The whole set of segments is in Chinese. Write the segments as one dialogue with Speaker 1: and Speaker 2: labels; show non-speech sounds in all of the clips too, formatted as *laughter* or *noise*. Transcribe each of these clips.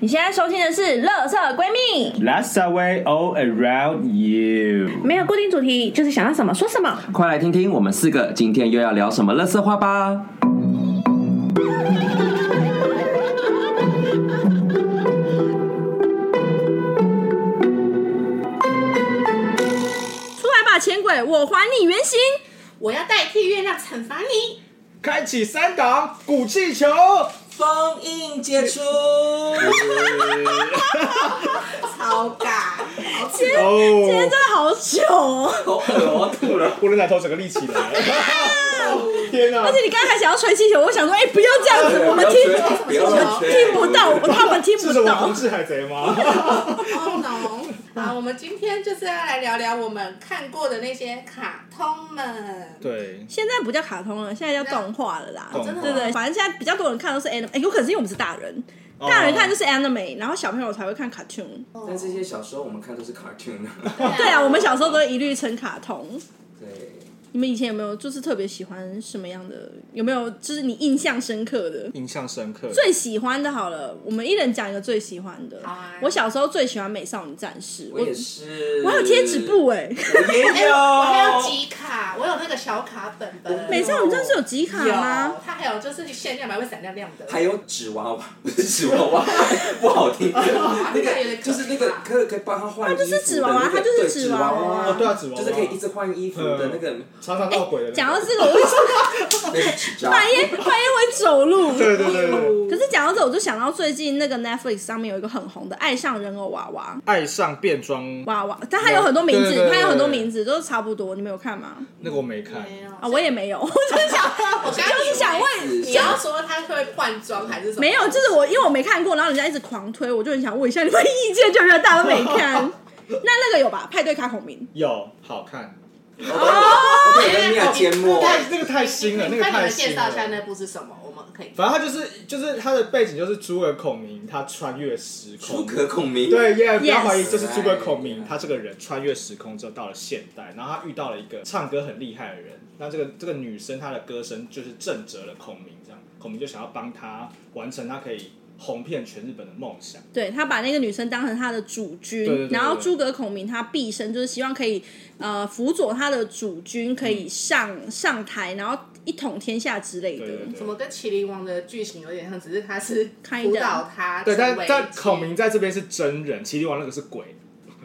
Speaker 1: 你现在收听的是《乐色闺蜜》，
Speaker 2: That's our way all around you。
Speaker 1: 没有固定主题，就是想要什么说什么。
Speaker 3: 快来听听我们四个今天又要聊什么乐色话吧！
Speaker 1: 出来吧，钱鬼，我还你原形。
Speaker 4: 我要代替月亮惩罚你。
Speaker 2: 开启三档鼓气球，
Speaker 5: 封印解除，
Speaker 4: 超尬，
Speaker 1: 今天、
Speaker 2: 哦
Speaker 1: 今天真的好糗哦，
Speaker 5: 好恶哦我吐了。
Speaker 2: 我的奶头整个立起来。天哪
Speaker 1: 而！且你刚才还想要吹气球，我想说，哎、不要这样子，我们听
Speaker 5: 不要吹
Speaker 1: 听不到，我怕我们听
Speaker 2: 是
Speaker 1: 不
Speaker 2: 什么
Speaker 1: 到
Speaker 2: 同。志海贼吗？
Speaker 4: 好浓。好，我们今天就是要来聊聊我们看过的那些卡通们。
Speaker 2: 对，
Speaker 1: 现在不叫卡通了，现在叫动画了啦，
Speaker 2: 动画
Speaker 1: 对对，反正现在比较多人看都是 anime，、哎有可能是因为我们是大人，大人看就是 anime，然后小朋友才会看 cartoon。
Speaker 3: 但这些小时候我们看都是 cartoon 啊，
Speaker 1: 对啊，我们小时候都一律称卡通。
Speaker 3: 对，
Speaker 1: 你们以前有没有就是特别喜欢什么样的？有没有就是你印象深刻的？
Speaker 2: 印象深刻。
Speaker 1: 最喜欢的好了，我们一人讲一个最喜欢的。
Speaker 4: 好啊
Speaker 1: 我小时候最喜欢《美少女战士》
Speaker 3: 我也是，
Speaker 1: 我还有贴纸布，哎、
Speaker 3: 我也
Speaker 4: 哎、
Speaker 3: 有，
Speaker 4: 我还有集卡，我有那个小卡本本。
Speaker 1: 美少女战士有集卡吗
Speaker 4: 有？，它还有就是限量版会闪亮亮的。
Speaker 3: 还有纸娃娃，不是纸娃 *laughs* 娃，不好听，哦那个就是那个可以可以帮他换衣服的那
Speaker 1: 它
Speaker 3: 个，
Speaker 1: 就是纸娃娃它就是
Speaker 3: 对
Speaker 1: 纸
Speaker 3: 纸
Speaker 1: 娃娃
Speaker 3: 娃，
Speaker 1: 哦
Speaker 2: 对啊纸娃娃
Speaker 3: 就是可以一直换衣服的那个
Speaker 2: 常常闹鬼的那个。
Speaker 1: 讲到这个，我就
Speaker 3: 那个纸扎，
Speaker 1: 半夜半夜会走路。
Speaker 2: *laughs* 对对对对，
Speaker 1: 可是讲到这，我就想到最近那个 Netflix 上面有一个很红的《爱上人偶娃娃
Speaker 2: 爱上变装》
Speaker 1: 娃娃，但它有很多名
Speaker 2: 对对
Speaker 1: 字，
Speaker 2: 对
Speaker 1: 它有很多名字都差不多。你们有看吗？
Speaker 2: 那个我没看，
Speaker 4: 没有
Speaker 1: 啊，我也没有，我就想，我
Speaker 4: 刚以为
Speaker 1: 就是想问，
Speaker 4: 你要说它会换装还是什么？
Speaker 1: 没有，就是我因为我没看过，然后人家一直狂推，我就很想问一下你们意见，就是大家都没
Speaker 2: *laughs*
Speaker 1: 看。那那个有吧？派对卡孔明，
Speaker 2: 有好看。
Speaker 1: 哦
Speaker 3: 我可以跟米娅缄默，
Speaker 1: 哎
Speaker 2: 太那个太新了，那个
Speaker 4: 那你
Speaker 2: 太
Speaker 4: 们
Speaker 2: 新
Speaker 4: 介
Speaker 2: 了
Speaker 4: 绍一。下那部是什么？我们可以。
Speaker 2: 反正他就是就是他的背景就是诸葛孔明，他穿越时
Speaker 3: 诸
Speaker 2: 空。
Speaker 3: 葛孔明，
Speaker 2: 对，耶、不要怀疑，
Speaker 1: Yes
Speaker 2: 就是诸葛孔明，他这个人穿越时空之后到了现代，然后他遇到了一个唱歌很厉害的人。那这个这个女生她的歌声就是震慑了孔明，这样孔明就想要帮他完成他可以红遍全日本的梦想。
Speaker 1: 对他把那个女生当成他的主君，
Speaker 2: 对对对
Speaker 1: 然后
Speaker 2: 对
Speaker 1: 诸葛孔明他毕生就是希望可以呃辅佐他的主君可以上、上台，然后一统天下之类的。
Speaker 2: 嗯对对对
Speaker 4: 怎么跟《麒麟王》的剧情有点像？只是他是
Speaker 1: Kinda
Speaker 4: 辅导他
Speaker 2: 对，但
Speaker 4: 成为
Speaker 2: 但孔明在这边是真人，麒麟王那个是鬼，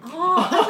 Speaker 4: 哦，他是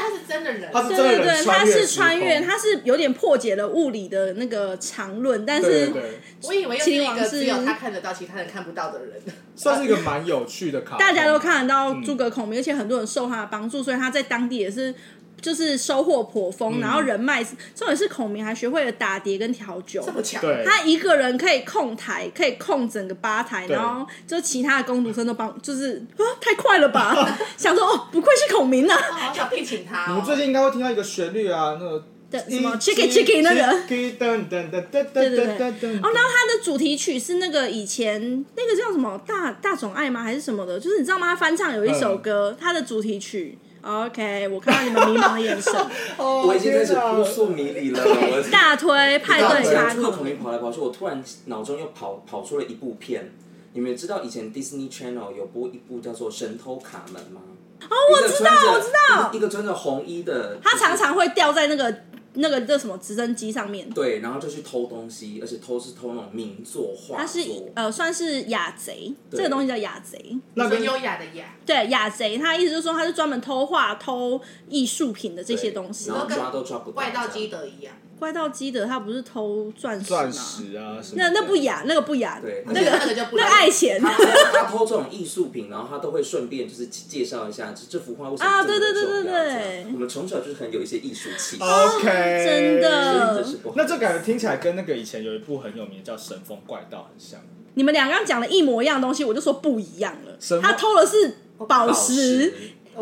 Speaker 4: 他 *laughs* 是真的人，
Speaker 2: 他是
Speaker 1: 对
Speaker 2: 真
Speaker 1: 对
Speaker 2: 的
Speaker 1: 对，
Speaker 2: 人
Speaker 1: 他是
Speaker 2: 穿
Speaker 1: 穿越，
Speaker 2: 时空
Speaker 1: 他是有点破解了物理的那个常论，但
Speaker 2: 对
Speaker 1: 是
Speaker 2: 对对，
Speaker 4: 我以为又是
Speaker 1: 麒
Speaker 4: 一
Speaker 1: 麟王
Speaker 4: 个只有
Speaker 1: 是
Speaker 4: 他看得到，其他人看不到的人。
Speaker 2: 算是一个蛮有趣的卡通。
Speaker 1: 大家都看得到
Speaker 2: 嗯
Speaker 1: 诸葛孔明，而且很多人受他的帮助，所以他在当地也是就是收获颇
Speaker 2: 嗯
Speaker 1: 丰，然后人脉，重点是孔明还学会了打碟跟调酒
Speaker 4: *laughs* 这。么强，
Speaker 2: 对，
Speaker 1: 他一个人可以控台，可以控整个吧台，
Speaker 2: 对
Speaker 1: 然后就其他的工读生都帮，就是啊，太快了
Speaker 2: *laughs*
Speaker 1: 吧！想说哦，不愧是孔明啊，
Speaker 4: 我好想聘请他哦
Speaker 2: 我们。最近应该会听到一个旋律啊，那个
Speaker 1: 对什么 chicken chicken 那个，
Speaker 2: ，chicken 噔噔噔噔噔
Speaker 1: 对对
Speaker 2: 噔
Speaker 1: 对
Speaker 2: 噔噔，
Speaker 1: 哦，然后它的主题曲是那个以前那个叫什么大大总爱吗？还是什么的？就是你知道吗？他翻唱有一首歌，
Speaker 2: 嗯
Speaker 1: 它的主题曲。OK，我看到你们迷茫的
Speaker 2: *laughs*
Speaker 1: 眼神。
Speaker 3: 我已经开始扑朔迷离
Speaker 1: *laughs*
Speaker 3: 了，我
Speaker 1: 大推派
Speaker 3: 然后
Speaker 1: 对
Speaker 3: 讲
Speaker 1: 卡
Speaker 3: 出个孔
Speaker 1: 孔
Speaker 3: 明跑来跑去，我突然脑中又跑跑出了一部片。你们知道以前 Disney Channel 有播一部叫做《神偷卡门》吗？哦，我知道，我知道，一个穿着红衣的，
Speaker 1: 他常常会掉在那个那个叫什么直升机上面。
Speaker 3: 对，然后就去偷东西，而且偷是偷那种名作画作，
Speaker 1: 他是呃，算是雅贼，
Speaker 3: 对
Speaker 1: 这个东西叫雅贼。
Speaker 2: 那
Speaker 4: 最
Speaker 2: 跟
Speaker 4: 优雅的雅，
Speaker 1: 对，雅贼，他意思就是说他是专门偷画、偷艺术品的这
Speaker 3: 对
Speaker 1: 些东西
Speaker 3: 然。后抓都抓不到，
Speaker 4: 怪盗基
Speaker 3: 这样
Speaker 4: 德一样，
Speaker 1: 怪盗基德他不是偷钻石吗
Speaker 2: 钻？石啊什么
Speaker 1: 那
Speaker 2: 的，
Speaker 1: 那不雅，那个不雅，
Speaker 3: 对哎
Speaker 1: 那个
Speaker 4: 那个就不
Speaker 1: 那
Speaker 4: 雅
Speaker 1: 爱钱。
Speaker 3: 他他他偷这种艺术品，然后他都会顺便就是介绍一下这这幅画为什
Speaker 1: 啊
Speaker 3: 么这么
Speaker 1: 对
Speaker 3: 的
Speaker 1: 对对
Speaker 3: 重要
Speaker 1: 对
Speaker 3: 这
Speaker 1: 对哦
Speaker 3: 样我们从小就是很有一些艺术气息，
Speaker 2: OK，
Speaker 1: 真的
Speaker 3: 真的是不好。
Speaker 2: 那这感觉听起来跟那个以前有一部很有名的叫《神风怪盗》很像，
Speaker 1: 你们俩刚刚讲的一模一样的东西，我就说不一样了
Speaker 2: 什。么
Speaker 1: 他偷的是宝石，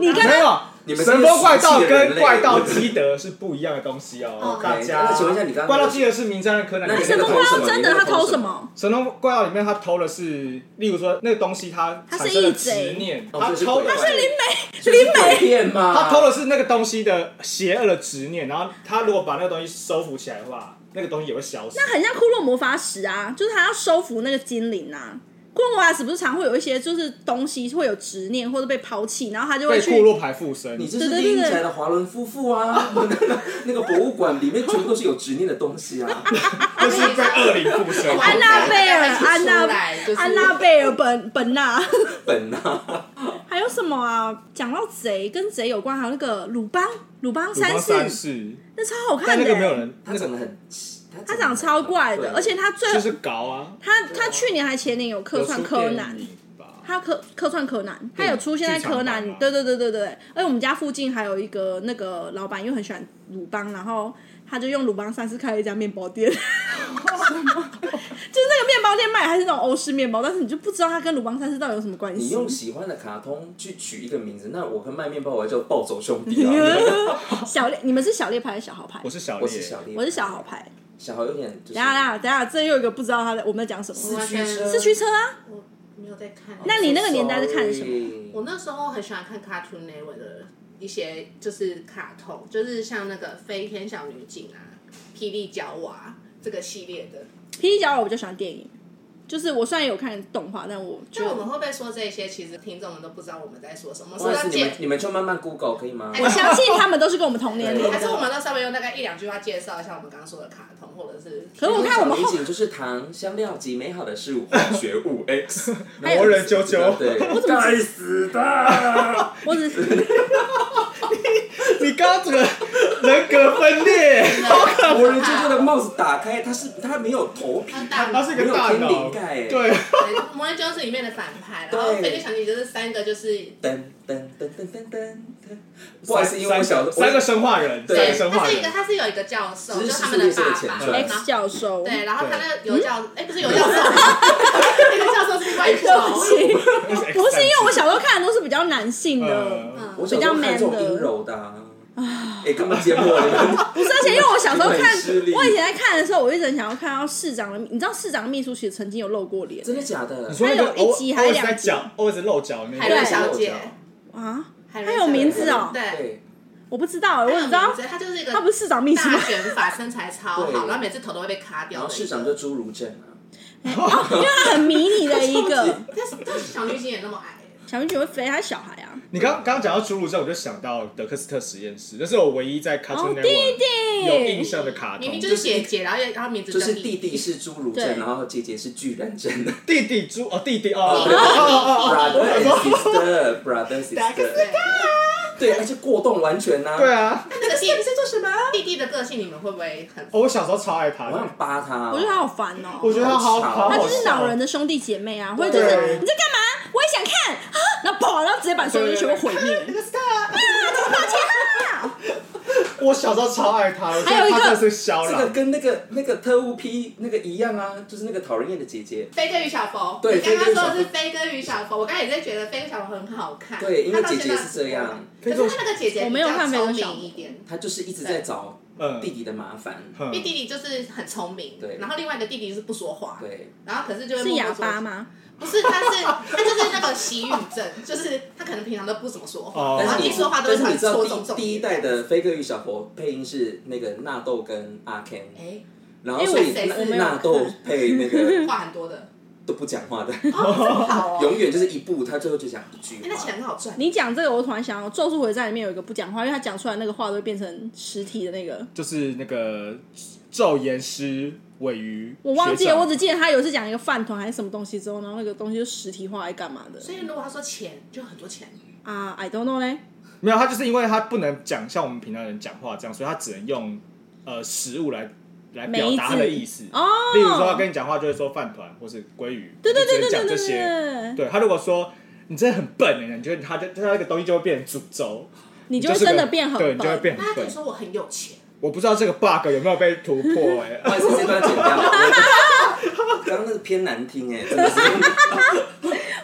Speaker 1: 你刚
Speaker 2: 没
Speaker 1: 刚
Speaker 2: 有。
Speaker 3: 你们这些
Speaker 2: 神风怪盗
Speaker 3: 俗气的人
Speaker 2: 跟
Speaker 3: 类
Speaker 2: 怪盗基德是不一样的东西哦
Speaker 4: 哦，
Speaker 2: 大家。
Speaker 3: 那请问一下你刚刚
Speaker 2: 怪盗基德是名侦探柯南里
Speaker 3: 那你
Speaker 2: 面
Speaker 1: 神
Speaker 2: 那
Speaker 1: 风
Speaker 2: 个
Speaker 1: 怪
Speaker 2: 东西，
Speaker 1: 盗真的他偷什
Speaker 3: 什
Speaker 1: 么
Speaker 3: 么？
Speaker 2: 神风怪盗里面他偷的是，例如说那个东西，他
Speaker 1: 他是
Speaker 2: 产生了
Speaker 1: 义贼
Speaker 2: 执念，
Speaker 3: 哦
Speaker 2: 他
Speaker 3: 这是
Speaker 2: 偷的
Speaker 3: 鬼怪
Speaker 1: 林美，
Speaker 3: 这是鬼片吗？
Speaker 2: 他偷的是那个东西的邪恶的执念，然后他如果把那个东西收服起来的话，那个东西也会消失。
Speaker 1: 很像骷髅魔法使啊，就是他要收服那个精灵啊。库洛娃死不是常会有一些就是东西会有执念或者被抛弃，然后他就会
Speaker 2: 被
Speaker 1: 去
Speaker 2: 库洛牌附身，
Speaker 3: 你这是电影起来的华伦夫妇啊， *laughs* 那个那个博物馆里面全部都是有执念的东西啊。 *laughs*
Speaker 2: 这是被恶灵附
Speaker 1: *laughs*
Speaker 2: 身。
Speaker 1: 安娜贝尔、安娜、
Speaker 4: 就是
Speaker 1: 安娜贝尔本本娜， *laughs*
Speaker 3: 本啊，
Speaker 1: 还有什么啊？讲到贼跟贼有关，还有那个鲁邦、鲁邦
Speaker 2: 鲁邦
Speaker 1: 三
Speaker 2: 三
Speaker 1: 世，
Speaker 2: 世，
Speaker 1: 那超好看
Speaker 2: 但
Speaker 1: 的、欸
Speaker 2: 那个没有人，
Speaker 3: 他
Speaker 2: 那
Speaker 3: 长
Speaker 2: 个
Speaker 3: 得很，
Speaker 1: 他长超怪
Speaker 3: 对
Speaker 1: 的，而且他最、
Speaker 2: 就是搞啊，
Speaker 1: 他他去年还前年有客
Speaker 2: 有
Speaker 1: 串
Speaker 2: 出
Speaker 1: 柯
Speaker 2: 电
Speaker 1: 南。
Speaker 2: 影吧。
Speaker 1: 他客客串柯南，他
Speaker 2: 对
Speaker 1: 有出现在
Speaker 2: 剧场
Speaker 1: 柯
Speaker 2: 版
Speaker 1: 南
Speaker 2: 嘛，
Speaker 1: 对对对对对。而且我们家附近还有一个那个老板，因为很喜欢鲁邦，然后他就用鲁邦三世开了一家面包店，就是 *laughs* 那个面包店卖还是那种欧式面包，但是你就不知道它跟鲁邦三世到底有什么关
Speaker 3: 你
Speaker 1: 系。 *laughs*
Speaker 3: 用喜欢的卡通去取一个名字，那我跟卖面包我还叫暴走兄
Speaker 2: *laughs*
Speaker 3: 弟啊。
Speaker 1: *laughs* 小烈，你们是小烈派还是小豪派
Speaker 2: 我？是小
Speaker 3: 我
Speaker 2: 烈，
Speaker 3: 是小丽，
Speaker 1: 我是小豪，派。
Speaker 3: 小豪有点就是
Speaker 1: 等一下等一下等一下，这又有一个不知道他在我们在讲什
Speaker 4: 我
Speaker 1: 么。
Speaker 4: 完全
Speaker 3: 四驱车
Speaker 1: 四驱车啊，
Speaker 4: 我没有在看。哦
Speaker 1: 那你那个年代是看什
Speaker 3: 么？
Speaker 4: 我那时候很喜欢看 Cartoon Network 的一些就是卡通，就是像那个《飞天小女警》啊，《霹雳娇娃》这个系列的。
Speaker 1: 霹雳娇娃我比较喜欢电影，就是我虽然有看动画，但我就
Speaker 4: 就我们会不会说这些？其实听众们都不知道我们在说什么。
Speaker 3: 或
Speaker 4: 说
Speaker 3: 者
Speaker 4: 到
Speaker 3: 是你们
Speaker 4: 介，
Speaker 3: 你们就慢慢 Google 可以吗？
Speaker 1: 我相信他们都是跟我们同年龄
Speaker 3: 对
Speaker 4: 还是
Speaker 1: 的。
Speaker 4: 我们都稍微用大概一两句话介绍一下我们刚刚说的卡通，或者是
Speaker 1: 可是我看我们
Speaker 3: 小
Speaker 1: 后
Speaker 3: 女警就是糖、香料及美好的事物、化学
Speaker 2: *laughs*
Speaker 3: 物
Speaker 2: 哎
Speaker 3: X，
Speaker 1: 还有
Speaker 2: 魔人啾啾，
Speaker 3: 对，该死的，
Speaker 1: 我只是
Speaker 2: 你刚刚整个人格分裂，
Speaker 3: *laughs*
Speaker 4: 好可
Speaker 3: 魔人啾啾的帽子打开，它是它没有头皮，
Speaker 4: 大
Speaker 2: 他
Speaker 4: 脑
Speaker 2: 是一
Speaker 3: 没
Speaker 2: 个
Speaker 3: 有
Speaker 2: 大
Speaker 3: 天
Speaker 2: 脑，
Speaker 3: 灵盖耶
Speaker 2: 对，
Speaker 4: 魔人就是里面的反派，
Speaker 3: 对
Speaker 4: 然后飞天小女警就是三个就是。
Speaker 3: 噔噔噔噔噔噔噔。不好意思，因为我小
Speaker 2: 三三个生化人，三
Speaker 3: 对
Speaker 2: 个
Speaker 4: 对，
Speaker 2: 生化
Speaker 4: 他是一
Speaker 2: 人
Speaker 4: 个，，他是有一个教授，
Speaker 3: 只
Speaker 4: 就是是他们的
Speaker 3: 世界的
Speaker 4: 爸
Speaker 3: 前
Speaker 4: 爸，
Speaker 3: 传
Speaker 4: 然
Speaker 1: X
Speaker 4: 后
Speaker 1: 教授，
Speaker 4: 啊对，然后他
Speaker 2: 对
Speaker 4: 那个尤教，哎，不是尤教授， *laughs* 那个教授是外教，
Speaker 1: 对不起，
Speaker 2: 那是 X
Speaker 1: 不是因为我
Speaker 2: 战
Speaker 1: 小时候看的都是比较男性
Speaker 2: 警
Speaker 1: 的，
Speaker 2: 呃，
Speaker 3: 我小时候看这种阴柔的、啊，哎、干嘛节目啊你们？
Speaker 1: 不是，而且因为我小时候看
Speaker 3: 很失，礼
Speaker 1: 我以前在看的时候，我一直很想要看到市长的，你知道市长的秘书其实曾经有露过脸
Speaker 3: *laughs* 真的假的？
Speaker 2: 你说那个
Speaker 1: 他有一集还是
Speaker 2: 在
Speaker 1: 两集
Speaker 2: 脚，我只露脚那
Speaker 4: 海
Speaker 2: 个
Speaker 4: 伦，小姐，
Speaker 1: 啊，
Speaker 4: 海
Speaker 1: 他
Speaker 4: 伦
Speaker 1: 有
Speaker 4: 小姐
Speaker 1: 名字哦，
Speaker 4: 对，
Speaker 3: 对，
Speaker 1: 我不知道，我
Speaker 4: 她有
Speaker 1: 只知道
Speaker 4: 名字她就是一个
Speaker 1: 他不是市长秘书吗
Speaker 4: 大？卷发，身材超好，
Speaker 3: 对
Speaker 4: 然后每次头都会被卡掉的
Speaker 3: 然后
Speaker 4: 一个。
Speaker 3: 市长就侏儒症啊，
Speaker 1: 哦， *laughs* 因为他很迷你的一
Speaker 4: *laughs*
Speaker 1: 个
Speaker 4: 但是但是小女警也那么矮，
Speaker 1: 小女警会飞，他小孩啊，
Speaker 2: 你刚刚刚讲到侏儒症，我就想到德克斯特实验室，这是我唯一在 Cartoon
Speaker 1: 哦，弟
Speaker 2: Network 有印
Speaker 1: 弟，
Speaker 2: 象的卡
Speaker 4: 明
Speaker 2: 通
Speaker 4: 明就。是姐姐，然后也然后名字
Speaker 3: 就
Speaker 4: 叫
Speaker 3: 是弟
Speaker 4: 弟
Speaker 3: 弟是侏儒
Speaker 1: 对
Speaker 3: 症，然后姐姐是巨人症的。
Speaker 2: 弟弟猪哦，弟弟 *laughs* 哦，
Speaker 3: 对
Speaker 2: 哦哦
Speaker 3: brother and sister, brother
Speaker 4: 对
Speaker 3: sister，对，而且过动完全呐、
Speaker 2: 哦，对，啊，
Speaker 4: 那个弟弟在做什么？弟弟的个性你们会不会很？
Speaker 2: 哦我小时候超爱他
Speaker 3: 我
Speaker 2: 的，
Speaker 3: 想扒他、啊
Speaker 1: 我觉得他好烦哦，
Speaker 2: 我觉得他好好好
Speaker 1: 他哦
Speaker 2: 笑，
Speaker 1: 就是老人的兄弟姐妹啊，或者就是
Speaker 2: 对
Speaker 1: 你在干嘛？我也想看啊，然后跑，然后直接把所有人全部毁灭。 *laughs* 啊
Speaker 2: 我小时候超爱他，我觉
Speaker 1: 还有
Speaker 2: 得
Speaker 1: 一个
Speaker 2: 他真的是嗯肖
Speaker 3: 这个
Speaker 2: 朗，
Speaker 3: 跟那个那个特务 P 那个一样啊，就是那个讨人厌的姐姐。
Speaker 4: 飞哥与小佛，
Speaker 3: 对
Speaker 4: 你刚刚说的
Speaker 3: 飞哥与小佛
Speaker 4: 是飞哥与小佛，我刚才也在觉得飞哥与小佛很好看。
Speaker 3: 对因为
Speaker 4: 他到现在
Speaker 3: 姐姐是这嗯样
Speaker 4: 可是他那个姐姐
Speaker 1: 我没有看
Speaker 4: 比
Speaker 1: 飞
Speaker 4: 较
Speaker 1: 哥
Speaker 4: 聪
Speaker 1: 与小佛
Speaker 4: 明一点，
Speaker 3: 她就是一直在找
Speaker 2: 嗯
Speaker 3: 弟弟的麻烦，
Speaker 2: 嗯
Speaker 4: 因为弟弟就是很聪明，
Speaker 3: 对
Speaker 4: 然后另外一个弟弟是不说话，，
Speaker 3: 对，
Speaker 4: 然后可是就会
Speaker 1: 是
Speaker 4: 默
Speaker 1: 哑
Speaker 4: 默做
Speaker 1: 巴吗？
Speaker 4: 不是，他是他就是那个习语症，就是他可能平常都不怎么说
Speaker 2: 哦
Speaker 4: 话，然
Speaker 3: 但
Speaker 4: 后
Speaker 3: 是
Speaker 4: 一
Speaker 3: 你
Speaker 4: 说话都
Speaker 3: 但
Speaker 4: 会突然
Speaker 3: 是你知道
Speaker 4: 戳中
Speaker 3: 第
Speaker 4: 重点
Speaker 3: 第一代，的飞哥与小佛配音是那个纳豆跟阿 Ken，
Speaker 4: 哎，
Speaker 3: 然后
Speaker 1: 哎
Speaker 3: 所以
Speaker 4: 我谁
Speaker 3: 纳
Speaker 4: 是
Speaker 3: 纳豆配
Speaker 4: *laughs*
Speaker 3: 那个
Speaker 4: 话很多的，
Speaker 3: 都不讲话的，
Speaker 4: 哦，好哦，
Speaker 3: 永远就是一步，他最后就讲一句
Speaker 4: 哎那钱
Speaker 3: 话。
Speaker 4: 很好赚。
Speaker 1: 你讲这个，我突然想到《咒术回战》里面有一个不讲话，因为他讲出来那个话都会变成实体的那个。
Speaker 2: 就是那个昼颜师尾鱼，
Speaker 1: 我忘记
Speaker 2: 学
Speaker 1: 了，
Speaker 2: 长
Speaker 1: 我只记得他有一次讲一个饭团还是什么东西之后，然后那个东西就实体化还干嘛的
Speaker 4: 所以如果他说钱，就很多钱。
Speaker 1: 啊？I don't know 嘞。
Speaker 2: 没有，他就是因为他不能讲像我们平常人讲话这样，所以他只能用呃食物来来表达他的意思。
Speaker 1: 哦，
Speaker 2: 例如说，他跟你讲话就会说饭团或是鲑鱼，
Speaker 1: 对对对
Speaker 2: 你
Speaker 1: 对
Speaker 2: 只能
Speaker 1: 对
Speaker 2: 讲这
Speaker 1: 对
Speaker 2: 些。
Speaker 1: 对，
Speaker 2: 对他如果说你真的很笨欸，你觉得他就他那个东西就会变成诅咒，
Speaker 1: 你
Speaker 2: 你
Speaker 1: 就会
Speaker 2: 是个
Speaker 1: 真的变很
Speaker 2: 对，你就会
Speaker 1: 笨。
Speaker 2: 变
Speaker 4: 那他
Speaker 2: 很
Speaker 4: 可
Speaker 2: 笨
Speaker 4: 以。说我很有钱，
Speaker 2: 我不知道这个 bug 有没有被突破 *laughs* 哎、
Speaker 3: 不好意思，这段剪掉。我
Speaker 4: *laughs*
Speaker 3: 刚刚那个偏难听哎，真的是。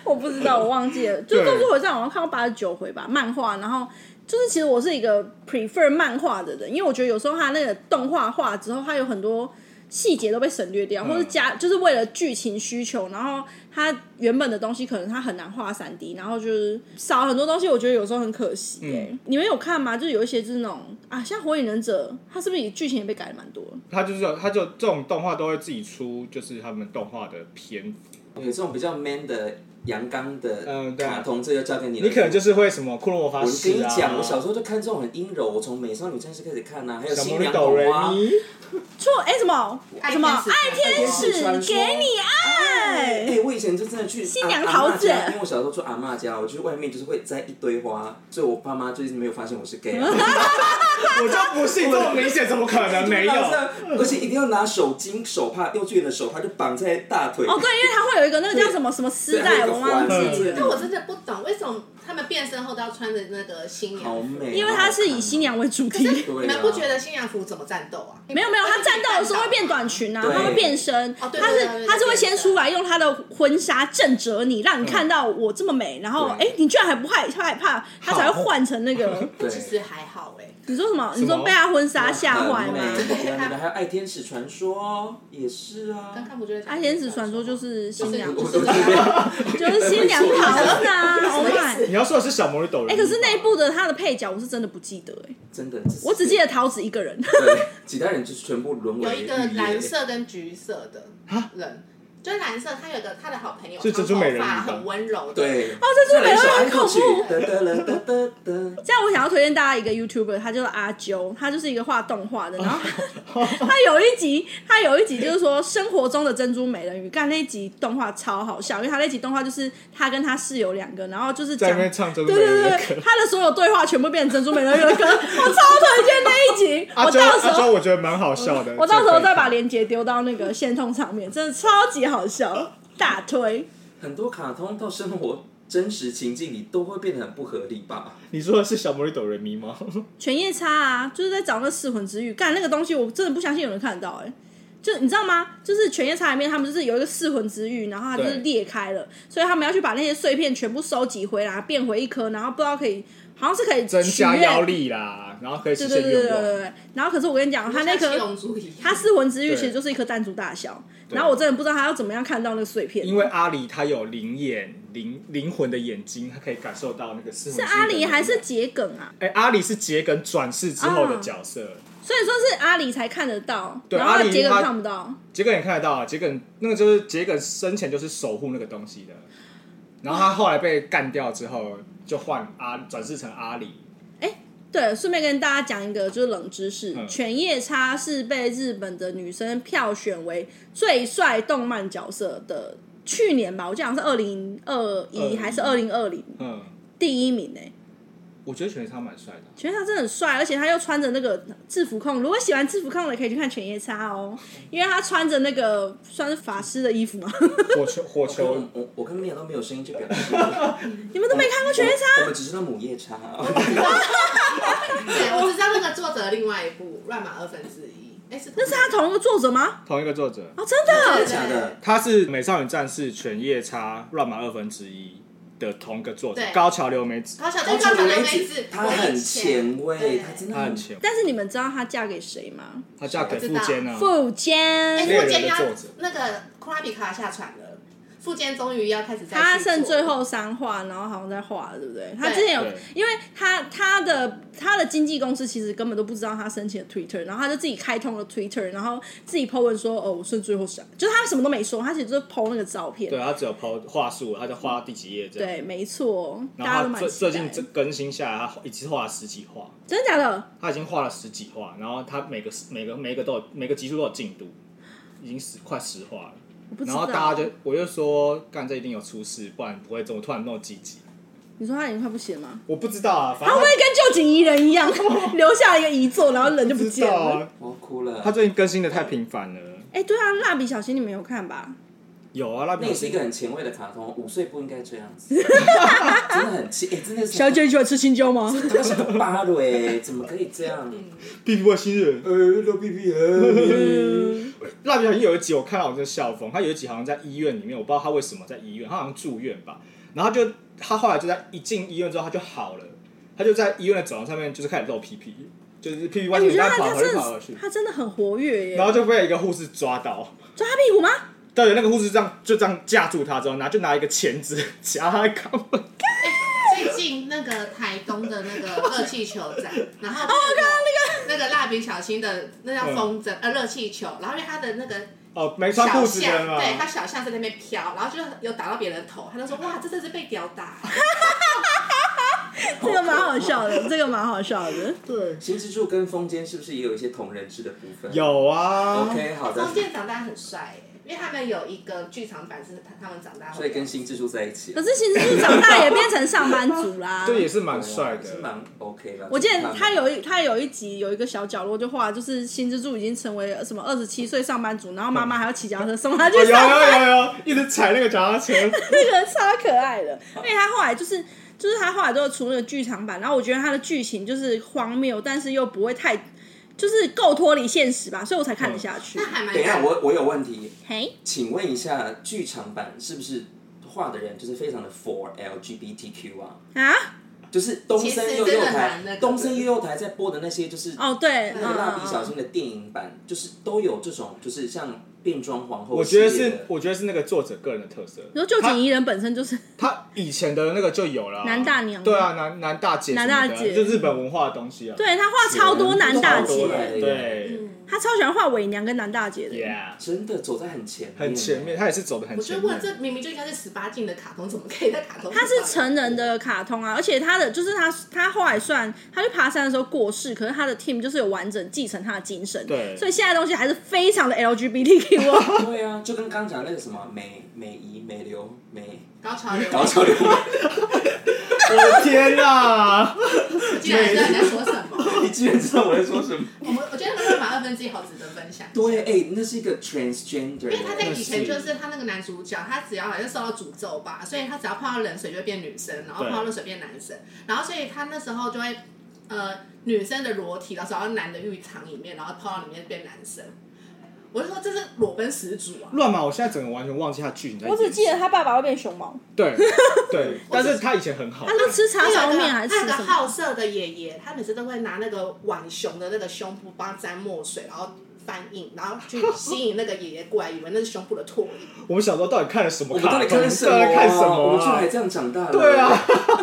Speaker 1: 我不知道，我忘记了。就
Speaker 2: 对
Speaker 1: 《咒术回战》，我好像看过八十九回吧，漫画。然后就是，其实我是一个 prefer 漫画的人，因为我觉得有时候它那个动画化之后，它有很多细节都被省略掉，或者加就是为了剧情需求，然后它原本的东西可能它很难画三 D，然后就是少很多东西，我觉得有时候很可惜、欸。你们有看吗？就是有一些就是那种啊，像《火影忍者》，它是不是也剧情也被改的蛮多了？
Speaker 2: 他就是有他就这种动画都会自己出，就是他们动画的篇幅
Speaker 3: 有这种比较 man 的阳刚的
Speaker 2: 嗯对啊
Speaker 3: 卡通，这就交给你了。
Speaker 2: 你可能就是会什么骷髅魔法
Speaker 3: 我
Speaker 2: 师
Speaker 3: 跟你
Speaker 2: 啊，
Speaker 3: 讲，我小时候就看这种很阴柔，我从《美少女战士》开始看啊，还有《
Speaker 2: 小
Speaker 3: 新
Speaker 2: 魔女
Speaker 3: 娘
Speaker 2: 斗
Speaker 3: 红
Speaker 2: 瑞
Speaker 3: 花》
Speaker 2: 咪，
Speaker 1: 错哎什么
Speaker 4: 爱
Speaker 1: 什么
Speaker 4: 天使
Speaker 1: 爱天使
Speaker 3: 传说
Speaker 1: 给你
Speaker 3: 哎、
Speaker 1: 爱，
Speaker 3: 我以前就真的去
Speaker 1: 新
Speaker 3: 阿
Speaker 1: 娘
Speaker 3: 阿
Speaker 1: 桃
Speaker 3: 嬷
Speaker 1: 子
Speaker 3: 家因为我小时候住阿嬷家，我去外面就是会摘一堆花，所以我爸妈就是没有发现我是
Speaker 1: *laughs*
Speaker 3: gay，啊 *laughs*
Speaker 2: 我就不信这么明显，怎么可能没有？
Speaker 3: 而且一定要拿手巾、手帕、幼稚园的手帕就绑在大腿，
Speaker 1: 哦对，因为它会有一个那个叫什么什么丝
Speaker 3: 对还
Speaker 1: 带，
Speaker 3: 有一个
Speaker 1: 我忘
Speaker 3: 环
Speaker 1: 记
Speaker 3: 对
Speaker 1: 了，
Speaker 4: 但我真的不懂为什么他们变身后都要穿着那个新娘
Speaker 3: 好
Speaker 4: 服。
Speaker 3: 美、
Speaker 1: 因为它是以新，娘为主
Speaker 4: 可
Speaker 1: 题
Speaker 4: 是。
Speaker 3: 对啊
Speaker 4: 你们不觉得新娘服怎么战斗啊？
Speaker 1: 没有没有，她战斗的时候会变短裙啊，
Speaker 3: 对
Speaker 1: 她会变身，她
Speaker 4: 哦对对对
Speaker 1: 是
Speaker 4: 对
Speaker 1: 她是会先
Speaker 4: 变身
Speaker 1: 出来用她的婚纱震折你，让你看到我这么美，然后
Speaker 3: 对
Speaker 1: 哎你居然还不害害怕，她才会换成那个。
Speaker 3: 对，
Speaker 4: 其实还好哎、
Speaker 1: 你说什么？
Speaker 2: 么
Speaker 1: 你说被她婚纱吓坏
Speaker 3: 很
Speaker 1: 吗
Speaker 3: 美？对啊你们还有《爱天使传说》也是啊，
Speaker 4: 刚刚不觉得？
Speaker 1: 爱天使传说就是新娘，
Speaker 4: 就
Speaker 1: 就是是
Speaker 4: 这 *laughs* 样，
Speaker 1: 就是新娘桃子啊！Oh my！
Speaker 2: 你要说的是小魔女斗瑞
Speaker 1: 哎，
Speaker 2: 咪吧，
Speaker 1: 可是那一部的她的配角我是真的不记得哎，
Speaker 3: 真的，
Speaker 1: 我只记得桃子一个人。
Speaker 3: 对，其他人就是全部沦为
Speaker 4: 有一个
Speaker 3: 绿叶
Speaker 4: 蓝色跟橘色的人，就是蓝色，他有个他的好朋友，
Speaker 2: 是
Speaker 4: 长
Speaker 2: 珍珠美人鱼
Speaker 4: 头发
Speaker 2: 吗
Speaker 4: 很温柔的，
Speaker 3: 对，哦，
Speaker 1: 这是美国人
Speaker 3: 很
Speaker 1: 很恐怖
Speaker 3: 哒哒啦哒哒哒，
Speaker 1: 这样，我想要推荐大家一个 YouTuber，他叫做阿啾，他就是一个画动画的。然后
Speaker 2: 哦
Speaker 1: *laughs* 他有一集，他有一集就是说生活中的珍珠美人鱼，干那一集动画超好笑，因为他那集动画就是他跟他室友两个，然后就是
Speaker 2: 在
Speaker 1: 讲
Speaker 2: 那边唱珍珠
Speaker 1: 对
Speaker 2: 美人
Speaker 1: 对
Speaker 2: 鱼的
Speaker 1: 对
Speaker 2: 歌
Speaker 1: 对，。他的所有对话全部变成珍珠美人鱼的歌，我超推荐那一集。
Speaker 2: *laughs* 阿
Speaker 1: 我
Speaker 2: 周
Speaker 1: 到时
Speaker 2: 阿
Speaker 1: 候
Speaker 2: 周，啊我觉得蛮好笑的。
Speaker 1: 我到时候再把
Speaker 2: 这个可以
Speaker 1: 链接丢到那个线通上面，真的超级好笑，大推。
Speaker 3: 很多卡通到生活真实情境里都会变得很不合理吧？
Speaker 2: 你说的是小魔女斗瑞
Speaker 1: *laughs*
Speaker 2: 咪吗？
Speaker 1: 犬夜叉啊，就是在找那噬魂之玉，干那个东西，我真的不相信有人看得到哎、就你知道吗？就是犬夜叉里面，他们就是有一个噬魂之玉，然后它就是
Speaker 2: 对
Speaker 1: 裂开了，所以他们要去把那些碎片全部收集回来，变回一颗，然后不知道可以，好像是可以
Speaker 2: 增加
Speaker 1: 许愿
Speaker 2: 妖。力啦，然后可以实
Speaker 1: 对对
Speaker 2: 现
Speaker 1: 对对对
Speaker 2: 愿
Speaker 1: 对
Speaker 2: 望。
Speaker 1: 对。然后可是我跟你讲，它那
Speaker 4: 像七
Speaker 1: 颗
Speaker 4: 龙珠一样，
Speaker 1: 它噬魂之玉
Speaker 2: 对
Speaker 1: 其实就是一颗弹珠大小，然后我真的不知道它要怎么样看到那个碎片。
Speaker 2: 因为阿里他有灵眼、灵灵魂的眼睛，他可以感受到那个是
Speaker 1: 是阿里还是桔梗啊？
Speaker 2: 哎、阿里是桔梗转世之后的
Speaker 1: 嗯
Speaker 2: 角色，
Speaker 1: 所以说是阿里才看得到，
Speaker 2: 对
Speaker 1: 然
Speaker 2: 阿
Speaker 1: 后
Speaker 2: 里
Speaker 1: 桔梗
Speaker 2: 他
Speaker 1: 看不到。
Speaker 2: 桔梗也看得到啊。桔梗那个就是桔梗生前就是守护那个东西的，然后他后来被干掉之后，就换阿转世成阿里。
Speaker 1: 对，顺便跟大家讲一个就是冷知识，
Speaker 2: 嗯
Speaker 1: 犬夜叉是被日本的女生票选为最帅动漫角色的，去年吧，我记得好像是二零二一
Speaker 2: 2021
Speaker 1: 还是二零二零
Speaker 2: 嗯，
Speaker 1: 第一名呢、
Speaker 2: 我觉得犬夜叉蛮帅的。
Speaker 1: 犬夜叉真的很帅，而且他又穿着那个制服控，如果喜欢制服控的可以去看犬夜叉哦，因为他穿着那个算是法师的衣服嘛， *laughs*
Speaker 2: 火球，火
Speaker 3: 我我
Speaker 2: 球，
Speaker 3: 我我跟米娅都没有声音去表示，我
Speaker 1: 你们都没看过犬夜叉，
Speaker 3: 我们只知道母夜叉，
Speaker 4: *laughs* 对，我只知道那个作者另外一部《乱马二分之一》，哎，是
Speaker 1: 那是他同一个作者吗？
Speaker 2: 同一个作者，
Speaker 1: 哦，真的
Speaker 4: 对
Speaker 3: 假的？
Speaker 2: 他是《美少女战士》《犬夜叉》《乱马二分之一》的同一个作者
Speaker 4: 对，
Speaker 2: 高桥留美子，
Speaker 4: 高小
Speaker 3: 而
Speaker 4: 对
Speaker 3: 且
Speaker 4: 高小
Speaker 3: 我
Speaker 4: 那
Speaker 3: 一
Speaker 4: 个
Speaker 3: 直
Speaker 1: *laughs*
Speaker 4: 子，
Speaker 3: *laughs* 他很前卫，
Speaker 4: 对
Speaker 3: 他真的
Speaker 2: 他很
Speaker 3: 很
Speaker 2: 前卫，
Speaker 1: 但是你们知道她嫁给谁吗？
Speaker 2: 他嫁给富坚啊，
Speaker 1: 富坚，
Speaker 4: 哎，
Speaker 2: 猎
Speaker 4: 富
Speaker 2: 人
Speaker 4: 坚
Speaker 2: 的
Speaker 4: 要
Speaker 2: 作者
Speaker 4: 那个库拉比卡下船了，富坚终于要开始在
Speaker 1: 他剩最后三画，然后好像在画，对不对？他
Speaker 4: 对
Speaker 1: 之前有
Speaker 2: 对，
Speaker 1: 因为他他的他的经纪公司其实根本都不知道他申请了 Twitter，然后他就自己开通了 Twitter，然后自己 po 文说哦，我剩最后三，就是他什么都没说，他其实就是 po 那个照片。
Speaker 2: 对啊他只有抛话术，他就画到第几页这样。
Speaker 1: 对，没错，大家都
Speaker 2: 然后他
Speaker 1: 蛮
Speaker 2: 最
Speaker 1: 期
Speaker 2: 最
Speaker 1: 待
Speaker 2: 近这更新下来，他一次画了十几画，
Speaker 1: 真的假的？
Speaker 2: 他已经画了十几画，然后他每个每个每个都有每个集数都有进度，已经十快十画了。
Speaker 1: 我不知
Speaker 2: 然
Speaker 1: 道。
Speaker 2: 后大家就我就说，干这一定有出事，不然不会这么突然那么积极。
Speaker 1: 你说他已经快不行了吗？？Oh
Speaker 2: 我不知道啊，反
Speaker 1: 他
Speaker 2: 正
Speaker 1: 会不会跟旧井宜人一
Speaker 2: *laughs*
Speaker 1: 样留下一个遗作，然后人就不
Speaker 2: 不知
Speaker 1: 见
Speaker 2: 道
Speaker 1: 了？
Speaker 2: 啊。
Speaker 3: 我哭了。
Speaker 2: 他最近更新的太频繁了。
Speaker 1: 哎、对啊，蜡笔小新你们有看吧？
Speaker 2: 有啊，蜡
Speaker 3: 那
Speaker 2: 笔
Speaker 3: 也
Speaker 2: 小
Speaker 3: 是一
Speaker 2: 新
Speaker 3: 个很前卫的卡通，五岁不应该这样子，真的很气，哎、真的是
Speaker 1: 小姐，你喜欢吃青椒吗？
Speaker 3: 他是个八了哎，怎么可以这样？
Speaker 2: B B 外星人。
Speaker 3: 呃，露屁屁，呃，
Speaker 2: *laughs* 蜡笔小新有一集我看到我真的笑疯，他有一集好像在医院里面，我不知道他为什么在医院，他好像住院吧，然后他就他后来就在一进医院之后他就好了，他就在医院的走廊上面就是开始露屁屁，就是屁屁
Speaker 1: 哎
Speaker 2: 外
Speaker 1: 我
Speaker 2: 面
Speaker 1: 觉得他
Speaker 2: 跑
Speaker 1: 他
Speaker 2: 跑来
Speaker 1: 真
Speaker 2: 跑
Speaker 1: 的
Speaker 2: 去，
Speaker 1: 他真的很活跃耶，
Speaker 2: 然后就被一个护士抓到，
Speaker 1: 抓他屁股吗？
Speaker 2: 对，那个护士这样就这样架住他之后，拿就拿一个钳子夹他的肛门，
Speaker 4: 哎最近那个台东的那个热气球展，然
Speaker 3: 嗯
Speaker 4: 后哦，我看到那个那个蜡笔小新的那叫风筝呃热气球，然后因为它的那个
Speaker 2: 哦，没穿
Speaker 4: 小
Speaker 2: 裤子的
Speaker 4: 巷，
Speaker 2: 嘛，
Speaker 4: 对他小巷在那边飘，然后就有打到别人的头，他就说哇，这真是被屌
Speaker 3: *laughs*
Speaker 4: 打。
Speaker 2: 哦
Speaker 1: 这个蛮好笑的，这个蛮好笑
Speaker 2: *laughs*
Speaker 1: 的。
Speaker 2: 对，
Speaker 3: 新之助跟风间是不是也有一些同人志的部分？
Speaker 2: 有啊。
Speaker 3: OK，好的
Speaker 4: 中，间长大很帅耶，因为他们有一个剧场版是他他们长大，
Speaker 3: 所以跟新之助在一起
Speaker 1: 可，是其实长大也变成上班族
Speaker 2: *laughs*
Speaker 1: 啦。
Speaker 2: 这也是蛮帅
Speaker 3: 是
Speaker 2: 的，
Speaker 3: 蛮 OK 的。
Speaker 1: 我记得他有
Speaker 3: 一
Speaker 1: 一他有一集有一个小角落就画，就是新之助已经成为什么二十七岁上班族，然后妈妈还要骑脚踏车送他去
Speaker 2: *laughs* 哦有
Speaker 1: 上班。
Speaker 2: 有有有，一直踩那个脚踏车，
Speaker 1: 那个超可爱的。而哎且他后来就是，就是他后来都有出那个剧场版，然后我觉得他的剧情就是荒谬，但是又不会太，就是够脱离现实吧，所以我才看得下去
Speaker 4: 那。还蛮
Speaker 3: 等一下，我我有问题，
Speaker 1: 嘿，
Speaker 3: 请问一下，剧场版是不是画的人就是非常的 for LGBTQ 啊？
Speaker 1: 啊，
Speaker 3: 就是东森
Speaker 4: 其
Speaker 3: 幼
Speaker 4: 实
Speaker 3: 幼
Speaker 4: 真的蛮那
Speaker 3: 台
Speaker 4: 个，的
Speaker 3: 东森幼幼台在播的那些就是
Speaker 1: 哦对，嗯
Speaker 4: 那个
Speaker 3: 那个蜡笔小
Speaker 1: 嗯，
Speaker 3: 新的电影版，就是都有这种，就是像变装皇后
Speaker 2: 我觉得
Speaker 3: 系列
Speaker 2: 是
Speaker 3: 的，
Speaker 2: 我觉得是那个作者个人的特色。
Speaker 1: 然后旧井仪人本身就是
Speaker 2: 他以前的那个就有了啊，
Speaker 1: 男大娘
Speaker 2: 对啊，男男大姐什么的，
Speaker 1: 男大姐
Speaker 2: 就日本文化的东西啊，
Speaker 1: 对他画超多男大
Speaker 3: 超
Speaker 1: 姐
Speaker 3: 多，的
Speaker 2: 对
Speaker 1: 他超喜欢画伪娘跟男大姐的。
Speaker 2: ，Yeah，
Speaker 3: 真的走在很前面，欸
Speaker 2: 很前面，。他也是走的很
Speaker 4: 我就
Speaker 2: 前
Speaker 4: 问，
Speaker 2: 面，
Speaker 4: 这明明就应该是十八禁的卡通，怎么可以在卡通？
Speaker 1: 他是成人，的卡通啊，而且他的就是他他后来算他去爬山的时候过世，可是他的 team 就是有完整继承他的精神，
Speaker 2: 对
Speaker 1: 所以现在东西还是非常的 LGBTQ 哦。
Speaker 3: *laughs* 对啊，就跟刚讲那个什么美美仪、美流、美
Speaker 4: 高潮流，
Speaker 3: 搞笑流， *laughs*
Speaker 2: 我的天啊！
Speaker 4: 我竟然知道你在说什么。
Speaker 3: 你居然知道我在
Speaker 1: *laughs*
Speaker 3: 说什么？
Speaker 4: 我们我觉得那个马二分之一好值得分享。
Speaker 3: 对，，哎，那是一个
Speaker 1: 哎
Speaker 4: 因
Speaker 3: transgender，
Speaker 4: 为他在以前
Speaker 2: 那
Speaker 4: 就是是他那个男主角，他只要好像受到诅咒吧，所以他只要碰到冷水就会变女生，然后碰到热水变男生，然后所以他那时候就会呃女生的裸体，然后走到男的浴场里面，然后泡到里面变男生。我就说这是裸奔始祖啊！
Speaker 2: 乱码，我现在整个完全忘记他剧情在演
Speaker 1: 我
Speaker 2: 什么。
Speaker 1: 只记得他爸爸会变熊猫，
Speaker 2: 对对，但是他以前很好
Speaker 1: *laughs* 他
Speaker 2: 看，
Speaker 1: 是吃
Speaker 4: 他
Speaker 1: 叉
Speaker 4: 有
Speaker 1: 烧
Speaker 4: 一个
Speaker 1: 面还是
Speaker 4: 他有
Speaker 1: 吃
Speaker 4: 个
Speaker 1: 什
Speaker 4: 好
Speaker 1: 么？
Speaker 4: 色的爷爷，他每次都会拿那个浣熊的那个胸部帮他沾墨水，然后翻印，然后去吸引那个爷爷过来，以为那是胸部的唾液。
Speaker 2: 我们小时候到底看了什么
Speaker 3: 我们
Speaker 2: 卡通？
Speaker 3: 到底看了
Speaker 2: 什
Speaker 3: 什么啊？
Speaker 2: 看什
Speaker 3: 我
Speaker 2: 么
Speaker 3: 们居然
Speaker 2: 啊
Speaker 3: 还？这样长大了？
Speaker 2: 对啊，
Speaker 1: 我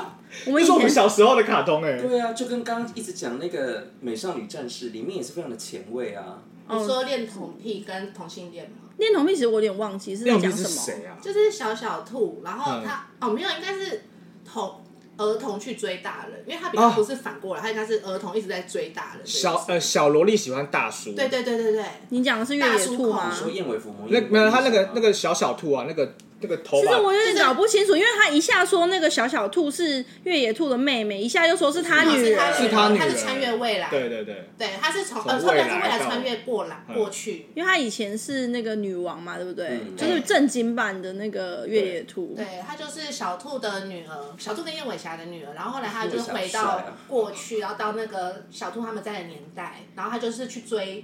Speaker 2: 这
Speaker 1: 们以
Speaker 2: 是我们
Speaker 1: 前
Speaker 2: 小时候的卡通哎。
Speaker 3: 对啊，就跟刚刚一直讲那个《美少女战士》里面也是非常的前卫啊。
Speaker 1: 嗯
Speaker 4: 你说恋童癖跟同性恋吗？
Speaker 1: 恋童癖，其实我有点忘记是在
Speaker 2: 那
Speaker 1: 讲
Speaker 2: 名字
Speaker 1: 什
Speaker 2: 是
Speaker 1: 么
Speaker 2: 谁。啊？
Speaker 4: 就是小小兔，然后他、哦没有，应该是童儿童去追大人，因为他比
Speaker 1: 哦
Speaker 4: 较
Speaker 2: 啊
Speaker 4: 不是反过来，他应该是儿童一直在追大人。
Speaker 2: 小呃，小萝莉喜欢大叔，
Speaker 4: 对对对对对，
Speaker 1: 你讲的是越野兔吗
Speaker 4: 大
Speaker 3: 你？说
Speaker 4: 叔
Speaker 3: 燕尾服吗？
Speaker 2: 啊那没有他那个那
Speaker 3: 个
Speaker 2: 个小小兔啊，那个那个头
Speaker 1: 其实
Speaker 2: 发
Speaker 1: 我有点
Speaker 4: 就是
Speaker 1: 搞不清楚，因为他一下说那个小小兔是越野兔的妹妹，一下又说是他
Speaker 4: 然后
Speaker 1: 女
Speaker 4: 他
Speaker 1: 儿，
Speaker 2: 是他女
Speaker 4: 他
Speaker 2: 儿
Speaker 4: 是穿越未来，
Speaker 2: 对对对，
Speaker 4: 对，他是从
Speaker 2: 从
Speaker 4: 呃，他
Speaker 2: 未
Speaker 4: 是
Speaker 2: 来
Speaker 4: 未来
Speaker 2: 到
Speaker 4: 穿越过来
Speaker 2: 嗯
Speaker 4: 过去，
Speaker 1: 因为他以前是那个女王嘛，对不对？
Speaker 3: 嗯
Speaker 1: 就是正经版的那个越野兔。
Speaker 4: 对，她就是小兔的女儿，小兔跟燕尾霞的女儿。然后后来她就是
Speaker 3: 燕尾
Speaker 4: 回
Speaker 3: 霞帅
Speaker 4: 到
Speaker 3: 啊
Speaker 4: 过去，然后到那个小兔他们在的年代，然后她就是去追，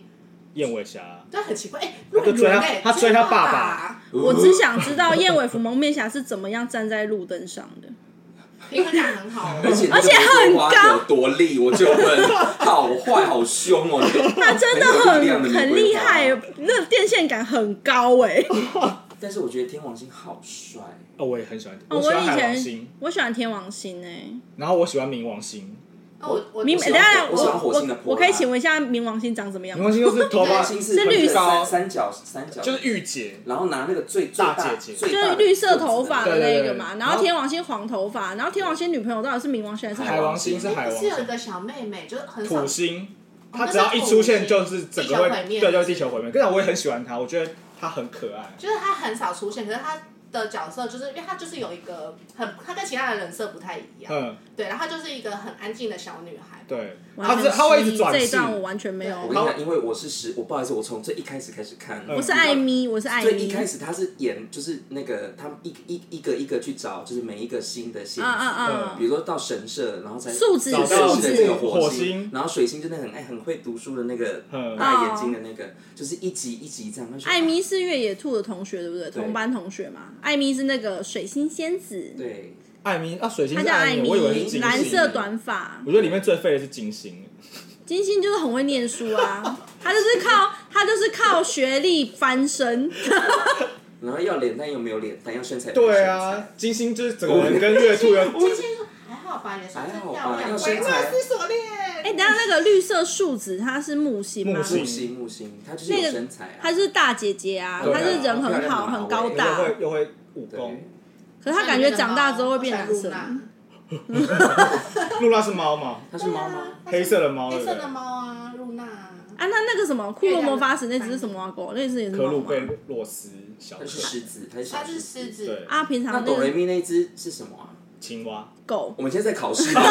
Speaker 2: 燕尾霞，
Speaker 4: 但很奇怪，哎，
Speaker 2: 她就追她
Speaker 4: 乱伦欸
Speaker 2: 她追她爸爸
Speaker 4: 爸，
Speaker 1: 我只想知道燕尾服蒙面侠是怎么样站在路灯上的。
Speaker 4: 平衡感很好哦，
Speaker 3: 而 *laughs* 且
Speaker 1: 而且很高
Speaker 3: 有多利，我就问，好坏，好凶
Speaker 1: *laughs*
Speaker 3: 哦！
Speaker 1: 他真的
Speaker 3: 很有力量的
Speaker 1: 很
Speaker 3: 玫瑰
Speaker 1: 很厉
Speaker 3: 花
Speaker 1: 害，那个电线杆很高哎、
Speaker 3: 但是我觉得天王星好帅，
Speaker 2: 哦，我也很喜欢，
Speaker 1: 哦
Speaker 2: 喜欢
Speaker 1: 以
Speaker 2: 海王
Speaker 1: 前
Speaker 2: 星，
Speaker 1: 我喜欢天王星哎、
Speaker 2: 然后我喜欢冥王星，
Speaker 4: 那我我
Speaker 1: 冥等
Speaker 4: 我喜
Speaker 1: 一
Speaker 4: 欢
Speaker 1: 下
Speaker 3: 我喜欢火星的
Speaker 1: 我
Speaker 3: 波
Speaker 1: 我可以
Speaker 3: 拉
Speaker 1: 请问一下冥王星长什么样
Speaker 2: 冥
Speaker 1: 吗？
Speaker 2: 王星就是
Speaker 3: *laughs*
Speaker 2: 头
Speaker 3: 天
Speaker 2: 发
Speaker 3: 王星
Speaker 1: 是绿
Speaker 3: 很
Speaker 2: 高
Speaker 3: 三三角三角，
Speaker 2: 就是御姐，
Speaker 3: 然后拿那个最最
Speaker 2: 大姐姐
Speaker 3: 最
Speaker 1: 就
Speaker 3: 大
Speaker 1: 是
Speaker 3: 的
Speaker 1: 绿色头发的那个嘛，
Speaker 2: 对对对
Speaker 1: 然后天王星黄头发，然后天王星女朋友到底是冥王星还是海
Speaker 2: 海
Speaker 1: 王？
Speaker 2: 王星是海
Speaker 4: 不
Speaker 2: 王
Speaker 4: 是有一
Speaker 2: 星，
Speaker 4: 个小妹妹，就是很少
Speaker 2: 土星，
Speaker 4: 哦
Speaker 2: 他
Speaker 4: 那
Speaker 2: 只要
Speaker 4: 是
Speaker 2: 一
Speaker 4: 土
Speaker 2: 出现
Speaker 4: 星
Speaker 2: 就是整
Speaker 4: 地
Speaker 2: 个
Speaker 4: 球
Speaker 2: 会
Speaker 4: 毁灭
Speaker 2: 对，就
Speaker 4: 了
Speaker 2: 是地球毁灭。跟你讲，我也很喜欢他，我觉得他很可爱。
Speaker 4: 就是她很少出现，可是她的角色就是因为她就是有一个很，她跟其他的人设不太一样，
Speaker 2: 嗯，
Speaker 4: 对，然后她就是一个很安静的小女孩，
Speaker 2: 对，
Speaker 1: 完全
Speaker 2: 他是他会一直
Speaker 1: 失忆
Speaker 2: 转
Speaker 1: 这一
Speaker 2: 世，
Speaker 1: 段我完全没有
Speaker 3: 我，跟你讲，因为我是十，我不好意思，我从最一开始开始看，
Speaker 2: 嗯
Speaker 1: 我是艾咪，我是艾
Speaker 3: 最一
Speaker 1: 咪，
Speaker 3: 开始他是演就是那个他们一一一个一个去找，就是每一个星的星
Speaker 1: 啊啊啊
Speaker 2: 嗯！
Speaker 3: 比如说到神社，然后才
Speaker 1: 素质
Speaker 2: 找到
Speaker 1: 素
Speaker 3: 素质的这
Speaker 1: 质
Speaker 3: 个
Speaker 2: 火
Speaker 3: 火
Speaker 2: 星
Speaker 3: 星，然后水星真的很爱很会读书的那个
Speaker 2: 嗯
Speaker 3: 大眼睛的那个，就是一集一集这样。
Speaker 1: 艾咪是越野兔的同学，对不对？
Speaker 3: 对
Speaker 1: 同班同学嘛。艾咪是那个水星仙子，
Speaker 3: 对，
Speaker 2: 艾米啊，水星
Speaker 1: 她
Speaker 2: 是
Speaker 1: 叫艾
Speaker 2: 米，我以为是
Speaker 1: 咪，
Speaker 2: 金
Speaker 1: 蓝
Speaker 2: 星。
Speaker 1: 色短发。
Speaker 2: 我觉得里面最废的是金星，
Speaker 1: 金星就是很会念书啊， *laughs* 她就是靠她就是靠学历翻身。
Speaker 3: 然后要脸蛋又没有脸蛋，要身材又没有
Speaker 2: 对
Speaker 3: 身
Speaker 2: 啊
Speaker 3: 材，，
Speaker 2: 金星就是整个人跟月兔有
Speaker 4: 金星说还好好吧，也算是
Speaker 3: 还好
Speaker 4: 漂
Speaker 3: 吧
Speaker 4: 亮。
Speaker 3: 要
Speaker 4: 维
Speaker 3: 身
Speaker 4: 纳
Speaker 3: 材
Speaker 4: 斯锁链，
Speaker 1: 哎、等一下那个绿色树脂，它是木星吗？
Speaker 2: 木
Speaker 3: 木
Speaker 2: 星
Speaker 3: 星木星，她就是有身材啊，
Speaker 1: 她是大姐姐啊，
Speaker 3: 对
Speaker 1: 她
Speaker 3: 啊
Speaker 1: 是人
Speaker 3: 漂
Speaker 1: 很
Speaker 3: 亮
Speaker 1: 好，
Speaker 3: 嘛
Speaker 1: 很高
Speaker 3: 我也
Speaker 2: 又
Speaker 1: 大，
Speaker 2: 会又会武
Speaker 3: 对
Speaker 2: 功。
Speaker 1: 可是她感觉长大之后会变男
Speaker 4: 像
Speaker 1: 生。
Speaker 4: 那个猫
Speaker 2: 露娜是猫吗？
Speaker 3: 她是
Speaker 4: 我想露
Speaker 3: 猫
Speaker 4: 娜
Speaker 3: 吗？
Speaker 4: 对啊
Speaker 2: 黑色的猫，
Speaker 4: 黑色
Speaker 2: 对不
Speaker 4: 的
Speaker 2: 对
Speaker 4: 猫啊，露娜。
Speaker 1: 啊，那那个什么《骷髅魔法使》那只是什么啊狗？那只也是
Speaker 2: 科
Speaker 1: 猫
Speaker 2: 鲁
Speaker 1: 吗？
Speaker 2: 贝洛斯小
Speaker 3: 她
Speaker 2: 可
Speaker 3: 是狮子，她是小
Speaker 4: 它是狮。子
Speaker 2: 对，
Speaker 1: 啊，平
Speaker 3: 那
Speaker 1: 常那
Speaker 3: 哆瑞
Speaker 1: 个
Speaker 3: 咪那一只是什么啊？
Speaker 2: 青蛙，
Speaker 1: 狗
Speaker 3: 我们现在在
Speaker 1: *laughs*
Speaker 3: 考试吗，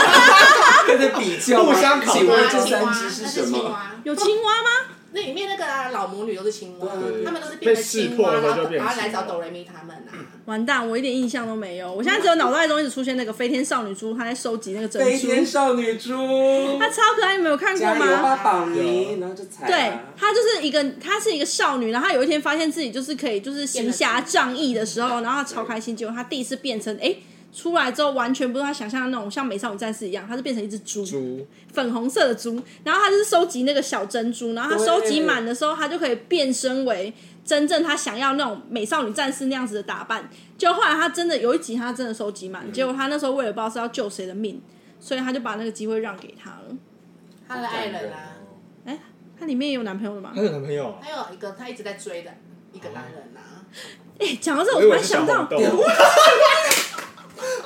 Speaker 3: 在比较吗，
Speaker 2: 互相考
Speaker 3: 请
Speaker 4: 对
Speaker 3: 问
Speaker 4: 啊
Speaker 3: 这
Speaker 4: 青
Speaker 3: 三
Speaker 4: 蛙，
Speaker 3: 只
Speaker 4: 那
Speaker 3: 是
Speaker 4: 是
Speaker 3: 什
Speaker 4: 青
Speaker 3: 么？
Speaker 4: 蛙。
Speaker 1: 有青蛙吗？
Speaker 4: 那里面那个啊老母女都是青蛙
Speaker 3: 对
Speaker 2: 对，
Speaker 4: 他们都是变成青蛙，
Speaker 2: 被识破了
Speaker 4: 然
Speaker 2: 就
Speaker 4: 后
Speaker 2: 变
Speaker 4: 然
Speaker 2: 成
Speaker 4: 后来找
Speaker 2: 青蛙
Speaker 4: 哆瑞咪他们啊。
Speaker 1: 完蛋，我一点印象都没有。我现在只有脑袋中一直出现那个飞天少女猪，她在收集那个珍
Speaker 3: 飞
Speaker 1: 珠，
Speaker 3: 天少女猪，
Speaker 1: 她超可爱，你们有看过
Speaker 3: 加油啊
Speaker 1: 吗？
Speaker 3: 吧，宝妮，然后就踩
Speaker 1: 对
Speaker 3: 啊，
Speaker 1: 她就是一个，她是一个少女，然后她有一天发现自己就是可以，就是行侠仗义的时候，然后她超开心。结果她第一次变成，哎、出来之后完全不是她想象的那种像美少女战士一样，她是变成一只猪，
Speaker 2: 猪，
Speaker 1: 粉红色的猪。然后她就是收集那个小珍珠，然后她收集满的时候，她就可以变身为真正她想要那种美少女战士那样子的打扮。就后来她真的有一集她真的收集满，结果她那时候为了不知道是要救谁的命，所以她就把那个机会让给她了。
Speaker 4: 他的爱人啊，
Speaker 1: 哎、她里面也有男朋友的吗
Speaker 2: 她？有男朋友啊？
Speaker 4: 还有一个他一直在追的一个男人啊。
Speaker 1: 哎、讲到这，我
Speaker 2: 以
Speaker 1: 突
Speaker 2: 为
Speaker 1: 然
Speaker 2: 是
Speaker 1: 想
Speaker 2: 小
Speaker 1: 到
Speaker 2: 红，豆，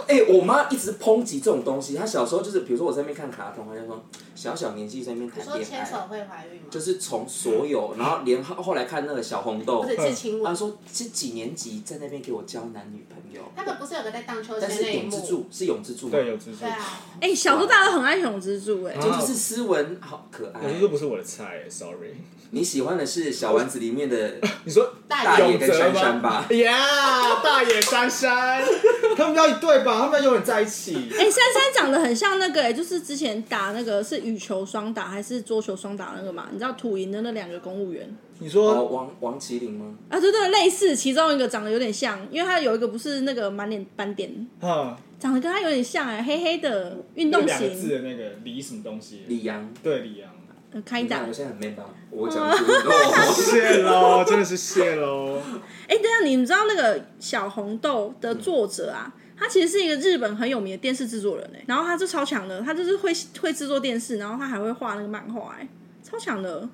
Speaker 3: 哎、我妈一直抨击这种东西。她小时候就是，比如说我在那边看卡通，她就说小小年纪在那边
Speaker 4: 你
Speaker 3: 谈
Speaker 4: 说
Speaker 3: 恋
Speaker 4: 牵手
Speaker 3: 爱，
Speaker 4: 会怀孕吗？
Speaker 3: 就是从所有，然后连后后来看那个小红豆
Speaker 4: 不，是是亲
Speaker 3: 她
Speaker 4: 吻。
Speaker 3: 说是几年级在那边给我交男女朋友，
Speaker 4: 他们不是有个在荡秋千
Speaker 3: 但是
Speaker 4: 那一
Speaker 3: 永之
Speaker 4: 幕？
Speaker 3: 助是永之助吗？
Speaker 2: 对，有蜘蛛
Speaker 4: 对，啊，
Speaker 1: 哎、小时候大家都很爱熊蜘蛛、哎、
Speaker 2: 啊
Speaker 3: 就是斯文好可爱
Speaker 2: 有。蜘蛛不是我的菜，sorry。
Speaker 3: 你喜欢的是小丸子里
Speaker 1: *laughs*
Speaker 3: 面的
Speaker 2: 你说
Speaker 4: 大
Speaker 3: 大
Speaker 4: 眼
Speaker 3: 眼
Speaker 2: 永
Speaker 3: 跟
Speaker 2: 泽
Speaker 3: 珊
Speaker 2: 吗
Speaker 3: 珊吧？
Speaker 2: 呀，大野珊珊，他们要一对吧？他们要永远在一起。
Speaker 1: 哎、珊珊长得很像那个、哎，就是之前打那个是羽球双打还是桌球双打那个嘛？你知道土银的那两个公务员
Speaker 2: 你
Speaker 3: 哦，
Speaker 2: 说
Speaker 3: 王王麒麟吗？
Speaker 1: 啊，对对，类似，其中一个长得有点像，因为他有一个不是那个满脸斑点，
Speaker 2: 啊，
Speaker 1: 长得跟他有点像、哎，黑黑的运
Speaker 2: 那
Speaker 1: 动
Speaker 2: 两个字
Speaker 1: 型，
Speaker 2: 的那个李什么东西？
Speaker 3: 李阳，
Speaker 2: 对，啊李阳。
Speaker 1: 呃开
Speaker 3: 你
Speaker 1: 打。
Speaker 3: 看我现在很 man 吧？我讲
Speaker 1: 嗯
Speaker 3: 出哦，
Speaker 2: 谢喽，真的是谢喽。
Speaker 1: 哎、等一下，你们知道那个小红豆的作者啊？他其实是一个日本很有名的电视制作人哎、然后他就超强的，他就是会会制作电视，然后他还会画那个漫画哎、超强的。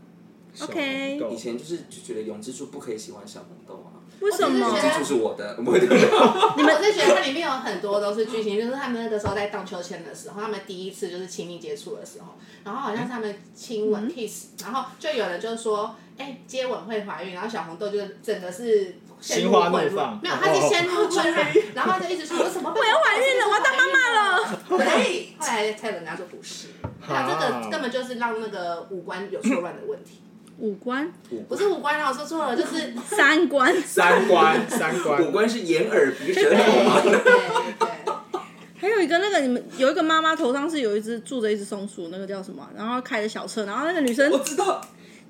Speaker 1: OK
Speaker 2: 小红豆
Speaker 3: *laughs* 以前就是就觉得永之助不可以喜欢小红豆啊，
Speaker 1: 为什么？
Speaker 4: 我
Speaker 3: 永
Speaker 4: 只是觉得
Speaker 3: 之助是我的，我 *laughs* 的。
Speaker 4: 你们是觉得它里面有很多都是剧情，就是他们那个时候在荡秋千的时候，他们第一次就是亲密接触的时候，然后好像是他们亲
Speaker 1: 嗯
Speaker 4: 吻 kiss，、然后就有人就说，哎、接吻会怀孕，然后小红豆就是整个是陷入
Speaker 2: 心花怒
Speaker 4: 混乱
Speaker 2: 放哦
Speaker 4: 没有，他是先
Speaker 2: *laughs*
Speaker 4: 入混乱，然后他就一直说我怎么办？我
Speaker 1: 要怀孕了我要当
Speaker 4: 妈妈了。对，后来才有人家说不是，那这
Speaker 2: 啊
Speaker 4: 个根本就是让那个五官有错乱的问题，
Speaker 1: 五官、
Speaker 4: 不是五官啊，我说错了，
Speaker 2: *laughs*
Speaker 4: 就是。
Speaker 1: 三观，
Speaker 2: 三观， *laughs* 三观
Speaker 3: 五官是眼耳鼻舌
Speaker 4: 对
Speaker 3: 头吗？
Speaker 4: 对对，
Speaker 1: 还有一个那个你们有一个妈妈头上是有一只住着一只松鼠，那个叫什么啊？然后开着小车，然后那个女生
Speaker 3: 我，知道，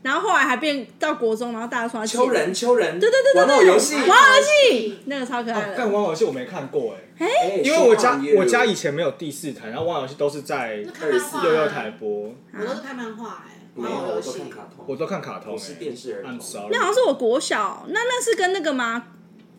Speaker 1: 然后后来还变到国中，然后大家说她
Speaker 3: 秋人，秋人，
Speaker 1: 对对对对
Speaker 3: 玩
Speaker 1: 对，
Speaker 3: 偶游戏，
Speaker 1: 玩偶游戏，那个超可爱
Speaker 2: 哦
Speaker 1: 的
Speaker 2: 干。玩偶游戏我没看过哎，
Speaker 3: 哎
Speaker 2: 因为我家
Speaker 3: 说谎耶
Speaker 2: 我家以前没有第四台，然后玩偶游戏都是在
Speaker 4: 就看漫画、啊，
Speaker 2: 幼幼台播，
Speaker 4: 我都是看漫画哎、欸，
Speaker 3: 没
Speaker 4: 玩
Speaker 3: 有，
Speaker 4: 偶
Speaker 3: 我
Speaker 4: 游
Speaker 3: 都看
Speaker 4: 戏。
Speaker 3: 卡通，
Speaker 2: 我都看卡通哎。
Speaker 3: 我是电视儿童
Speaker 2: I'm sorry，
Speaker 1: 那好像是我国小，那那是跟那个吗？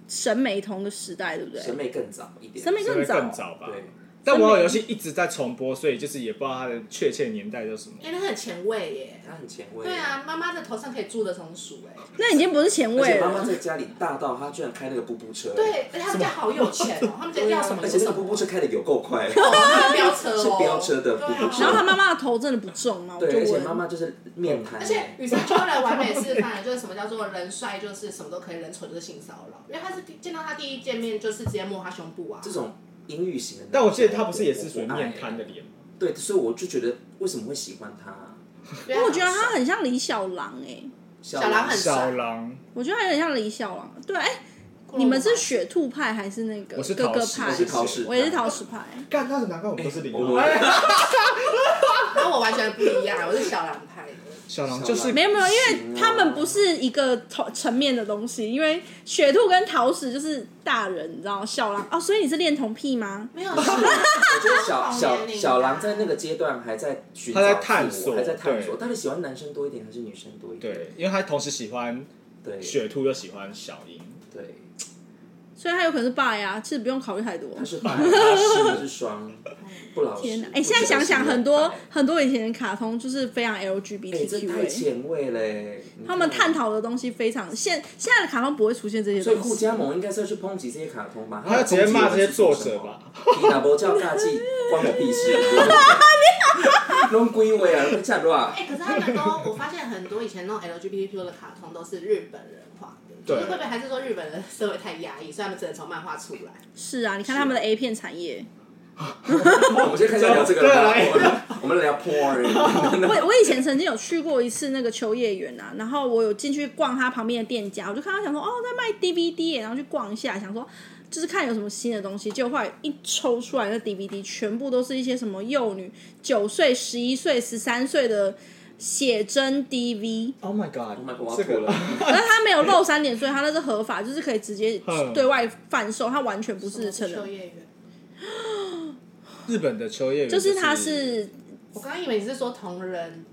Speaker 1: 审美同个时代，对不对？
Speaker 3: 审美更早一点，
Speaker 1: 审美
Speaker 2: 是会
Speaker 1: 更早，
Speaker 2: 更早吧？
Speaker 3: 对，
Speaker 2: 但玩偶游戏一直在重播，所以就是也不知道它的确切年代叫什么。
Speaker 4: 哎、那很前卫耶、
Speaker 3: 他很前卫。
Speaker 4: 对，啊，妈妈的头上可以住的松鼠哎、
Speaker 1: 那已经不是前
Speaker 3: 而
Speaker 1: 卫
Speaker 3: 且妈
Speaker 1: 了。
Speaker 3: 妈在家里大到她居然开那个布布车，
Speaker 4: 对，而且他们家好有钱哦、他们家
Speaker 3: 对
Speaker 4: 要
Speaker 3: 啊，
Speaker 4: 什么
Speaker 3: 而
Speaker 4: 有
Speaker 3: 且那
Speaker 4: 什么。
Speaker 3: 个布布车开的有够
Speaker 1: *laughs*
Speaker 3: 快，
Speaker 4: 他们飙车哦、
Speaker 3: 是飙车的
Speaker 4: 对啊
Speaker 3: 布布车
Speaker 1: 然后他妈妈的头真的不重啊嘛，我哦嗯就
Speaker 3: 对，而且妈
Speaker 1: 问。
Speaker 3: 妈就是面瘫，
Speaker 4: 而且女生就来完美示范了，就是什么叫做人帅就是什么都可以，人丑就是性骚扰。因为他是第见到他第一见面就是直接摸他胸部啊，
Speaker 3: 这种阴郁型的。
Speaker 2: 但我记得它不是也是属于面瘫的，脸吗？
Speaker 3: 对，所以我就觉得为什么会喜欢他？
Speaker 4: 因
Speaker 1: 因为我觉得他很像李小狼哎、
Speaker 3: 小
Speaker 4: 小狼很
Speaker 2: 小狼，
Speaker 1: 我觉得他有点像李小狼。对，哎、
Speaker 4: 啊
Speaker 1: 你们是雪兔派还是那个
Speaker 2: 我是
Speaker 1: 哥
Speaker 2: 桃
Speaker 1: 哥
Speaker 2: 矢，
Speaker 1: 派？
Speaker 3: 我是桃矢
Speaker 1: 我也是桃矢派。
Speaker 2: 干，那难怪我们都是零
Speaker 3: 我
Speaker 2: 号。哎
Speaker 4: 然后我完全不一样，我是小狼派的。
Speaker 2: 小狼就是
Speaker 1: 没有没有，因
Speaker 3: 行
Speaker 1: 为
Speaker 3: 啊
Speaker 1: 他们不是一个层层面的东西，因为雪兔跟桃矢就是大人，你知道小狼哦，所以你是恋童癖吗？
Speaker 4: 没有，
Speaker 3: 我觉得
Speaker 1: *laughs*
Speaker 3: 小
Speaker 4: 好
Speaker 3: 小
Speaker 4: 年龄啊
Speaker 3: 小狼在那个阶段还在寻
Speaker 2: 他
Speaker 3: 找
Speaker 2: 在
Speaker 3: 自我
Speaker 2: 探索
Speaker 3: 还在探
Speaker 2: 对
Speaker 3: 索，到底喜欢男生多一点还是女生多一点？
Speaker 2: 对，因为他同时喜欢
Speaker 3: 对
Speaker 2: 雪兔又喜欢小樱，
Speaker 3: 对，
Speaker 1: 所以他有可能是爸呀，其实不用考虑太多。
Speaker 3: 它是半它是是双，不老实。
Speaker 1: 天哪！哎、现在想想，很多很多以前的卡通就是非常
Speaker 3: 哎、这
Speaker 1: LGBTQ，、
Speaker 3: 太
Speaker 1: 欸、
Speaker 3: 前卫嘞。
Speaker 1: 他们探讨的东西非常现现在的卡通不会出现这些
Speaker 3: 所以
Speaker 1: 东
Speaker 3: 互
Speaker 1: 西。
Speaker 3: 加盟应该是要去抨击这些卡通吧？
Speaker 2: 他要直接骂这些作者吧？
Speaker 3: 你打波叫大忌，关我屁事！弄鬼话啊，弄假乱。
Speaker 4: 哎、可是他们都，我发现很多以前那种 LGBTQ 的卡通都是日本人画的，就是
Speaker 2: 对
Speaker 4: 会不会还是说日本人社会太压抑，所以他们只能从漫画出来？
Speaker 1: 是啊，你看他们的 A 片产业，
Speaker 3: 我们先开始聊这个了吧，我们我们聊 porn。
Speaker 1: 我我以前曾经有去过一次那个秋叶原啊，然后我有进去逛他旁边的店家，我就看他想说哦在卖 DVD，耶然后去逛一下，想说就是看有什么新的东西，结果后来一抽出来那 DVD 全部都是一些什么幼女九岁、十一岁、十三岁的写真 DV，
Speaker 2: Oh my god！
Speaker 3: Oh my god，我要
Speaker 2: 这
Speaker 3: 吐
Speaker 2: 个
Speaker 3: 了。
Speaker 1: 可是他没有露三点，所以他那是合法，就是可以直接
Speaker 2: 嗯
Speaker 1: 对外贩售，他完全不是成
Speaker 4: 秋
Speaker 1: 人，
Speaker 4: 叶原。
Speaker 2: 日本的秋叶原
Speaker 1: 就是他是
Speaker 4: 我刚刚以为你是说同人，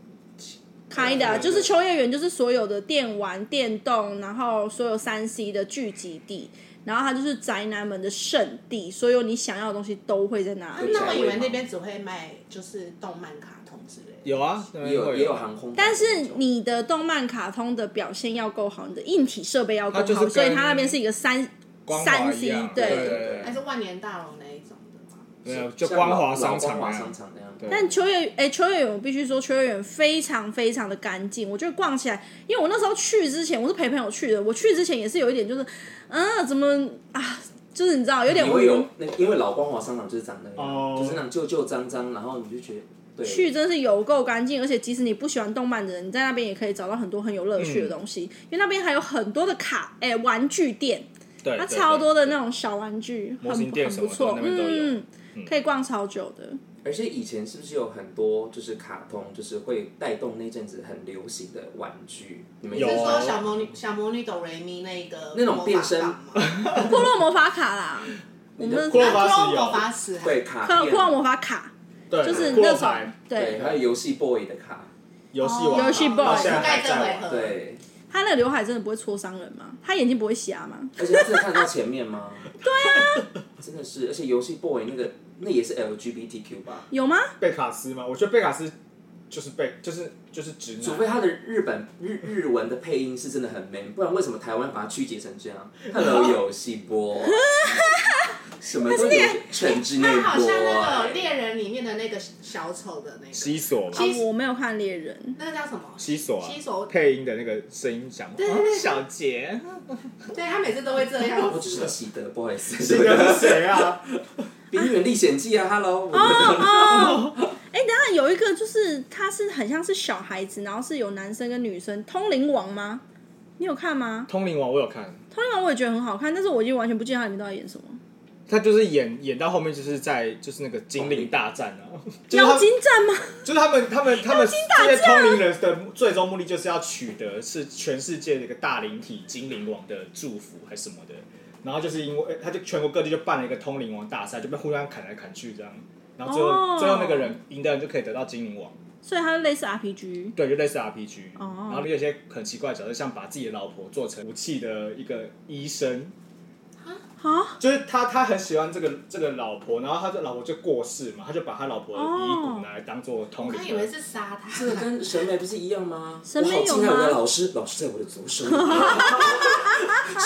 Speaker 1: 开的啊，
Speaker 2: 对对对
Speaker 1: 就是秋叶原，就是所有的电玩、电动，然后所有三 C 的聚集地，然后它就是宅男们的圣地，所有你想要的东西都会在那里。
Speaker 4: 那我以为那边只会卖就是动漫卡通之类的。
Speaker 2: 有啊，那
Speaker 3: 也
Speaker 2: 边
Speaker 3: 有
Speaker 2: 会
Speaker 3: 也有航空，
Speaker 1: 但是你的动漫卡通的表现要够好，你的硬体设备要够
Speaker 2: 它就是
Speaker 1: 好，
Speaker 2: 跟
Speaker 1: 所以它那边是一个三
Speaker 2: 光华
Speaker 1: 三
Speaker 2: 一
Speaker 1: C
Speaker 2: 样，
Speaker 1: 对
Speaker 2: 对
Speaker 4: 还是万年大楼那一种的吗？
Speaker 2: 没有就光华商场
Speaker 3: 光华
Speaker 2: 那样
Speaker 3: 商。场那样。
Speaker 2: 对
Speaker 1: 但秋叶哎、秋叶原我必须说，秋叶原非常非常的干净。我觉得逛起来，因为我那时候去之前，我是陪朋友去的，我去之前也是有一点就是，嗯，怎么啊，就是你知道有点
Speaker 3: 因
Speaker 1: 无
Speaker 3: 为有那，因为老光华商场就是长那样，
Speaker 2: 哦
Speaker 3: 就是那种旧旧脏脏，然后你就觉得对，
Speaker 1: 去真是有够干净，而且即使你不喜欢动漫的人，你在那边也可以找到很多很有乐趣的
Speaker 2: 嗯
Speaker 1: 东西，因为那边还有很多的卡哎、玩具店，
Speaker 2: 对，
Speaker 1: 它
Speaker 2: 对
Speaker 1: 超多的
Speaker 2: 对
Speaker 1: 那种小玩具，很
Speaker 2: 模型店
Speaker 1: 很
Speaker 2: 什
Speaker 1: 不
Speaker 2: 么的
Speaker 1: 错，
Speaker 2: 那边都有
Speaker 1: 嗯，可以逛超久的。
Speaker 3: 而且以前是不是有很多就是卡通，就是会带动那阵子很流行的玩具？你们
Speaker 2: 有
Speaker 4: 是
Speaker 3: 知
Speaker 4: 说
Speaker 3: 道
Speaker 4: 小魔女、小魔女哆瑞咪那个
Speaker 3: 啊那种变身
Speaker 4: 魔法棒吗？
Speaker 1: 库洛魔法卡
Speaker 2: *laughs*
Speaker 1: 啦，我
Speaker 3: 你的
Speaker 1: 们
Speaker 2: 库洛
Speaker 1: 库 *laughs*
Speaker 2: 魔法石有
Speaker 4: 魔法石，
Speaker 3: 对卡片，
Speaker 1: 洛魔法卡
Speaker 2: 对，
Speaker 1: 就是
Speaker 2: 过
Speaker 1: 那种
Speaker 2: 海
Speaker 1: 对
Speaker 3: 对，还有游戏 boy 的卡，
Speaker 2: 游戏王，
Speaker 1: 游戏
Speaker 2: 到
Speaker 1: boy
Speaker 2: 现在还
Speaker 4: 盖正
Speaker 2: 在
Speaker 4: 回
Speaker 2: 玩。
Speaker 4: 合，，
Speaker 3: 对，
Speaker 1: 他那个刘海真的不会戳伤人吗？他眼睛不会瞎吗？
Speaker 3: 而且他真的看得到前面吗？对啊，真的是，而且游戏 boy 那个那也是 LGBTQ 吧？
Speaker 1: 有吗？
Speaker 2: 贝卡斯嘛，我觉得贝卡斯就是贝，就是就是直
Speaker 3: 除非
Speaker 2: 男。
Speaker 3: 他的日本日日文的配音是真的很 man，不然为什么台湾把它曲解成这样？Hello 游戏波，什么都有全之内
Speaker 4: 它好
Speaker 3: 波
Speaker 4: 像那个
Speaker 3: 哎，
Speaker 4: 猎人里面的那个小丑的那个，
Speaker 2: 西索嘛，
Speaker 1: 啊我没有看猎人，
Speaker 4: 那个叫什么？
Speaker 2: 西索啊，
Speaker 4: 西索
Speaker 2: 配音的那个声音响，
Speaker 4: 对对对
Speaker 2: 哦小杰，
Speaker 4: 对他每次都会这
Speaker 3: *laughs* 我
Speaker 4: 样
Speaker 3: 只
Speaker 4: 子。
Speaker 3: 是喜德，不好意思，
Speaker 2: 这个是谁啊？
Speaker 3: 《冰原历险记》啊，Hello，我们
Speaker 1: 哎、等一下有一个就是他是很像是小孩子，然后是有男生跟女生，《通灵王》吗？你有看吗？
Speaker 2: 通灵王我有看，
Speaker 1: 《通灵王》我也觉得很好看，但是我已经完全不记得它里面到底演什么。
Speaker 2: 他就是演演到后面就是在就是那个精灵大战啊，就是他
Speaker 1: 妖
Speaker 2: 们
Speaker 1: 精战吗？
Speaker 2: 就是他们他们他们这些通灵人的最终目的就是要取得是全世界的一个大灵体精灵王的祝福还是什么的，然后就是因为他就全国各地就办了一个通灵王大赛，就被互相砍来砍去这样，然后最后、
Speaker 1: 哦
Speaker 2: 最后那个人赢的人就可以得到精灵王，
Speaker 1: 所以它就类似 RPG。
Speaker 2: 对，就类似 RPG，、
Speaker 1: 哦
Speaker 2: 然后有一些很奇怪的角色，像把自己的老婆做成武器的一个医生，
Speaker 1: 啊，
Speaker 2: 就是他他很喜欢这个这个老婆，然后他的老婆就过世嘛，他就把他老婆的遗骨拿来当做
Speaker 4: 我
Speaker 2: 通灵
Speaker 4: 刚以为
Speaker 2: 的，
Speaker 4: 是杀他
Speaker 3: 这，个跟审美不是一样吗？
Speaker 1: 审美
Speaker 3: 我好
Speaker 1: 有
Speaker 3: 敬爱我
Speaker 1: 吗
Speaker 3: 的老师，老师在我的左手， *laughs*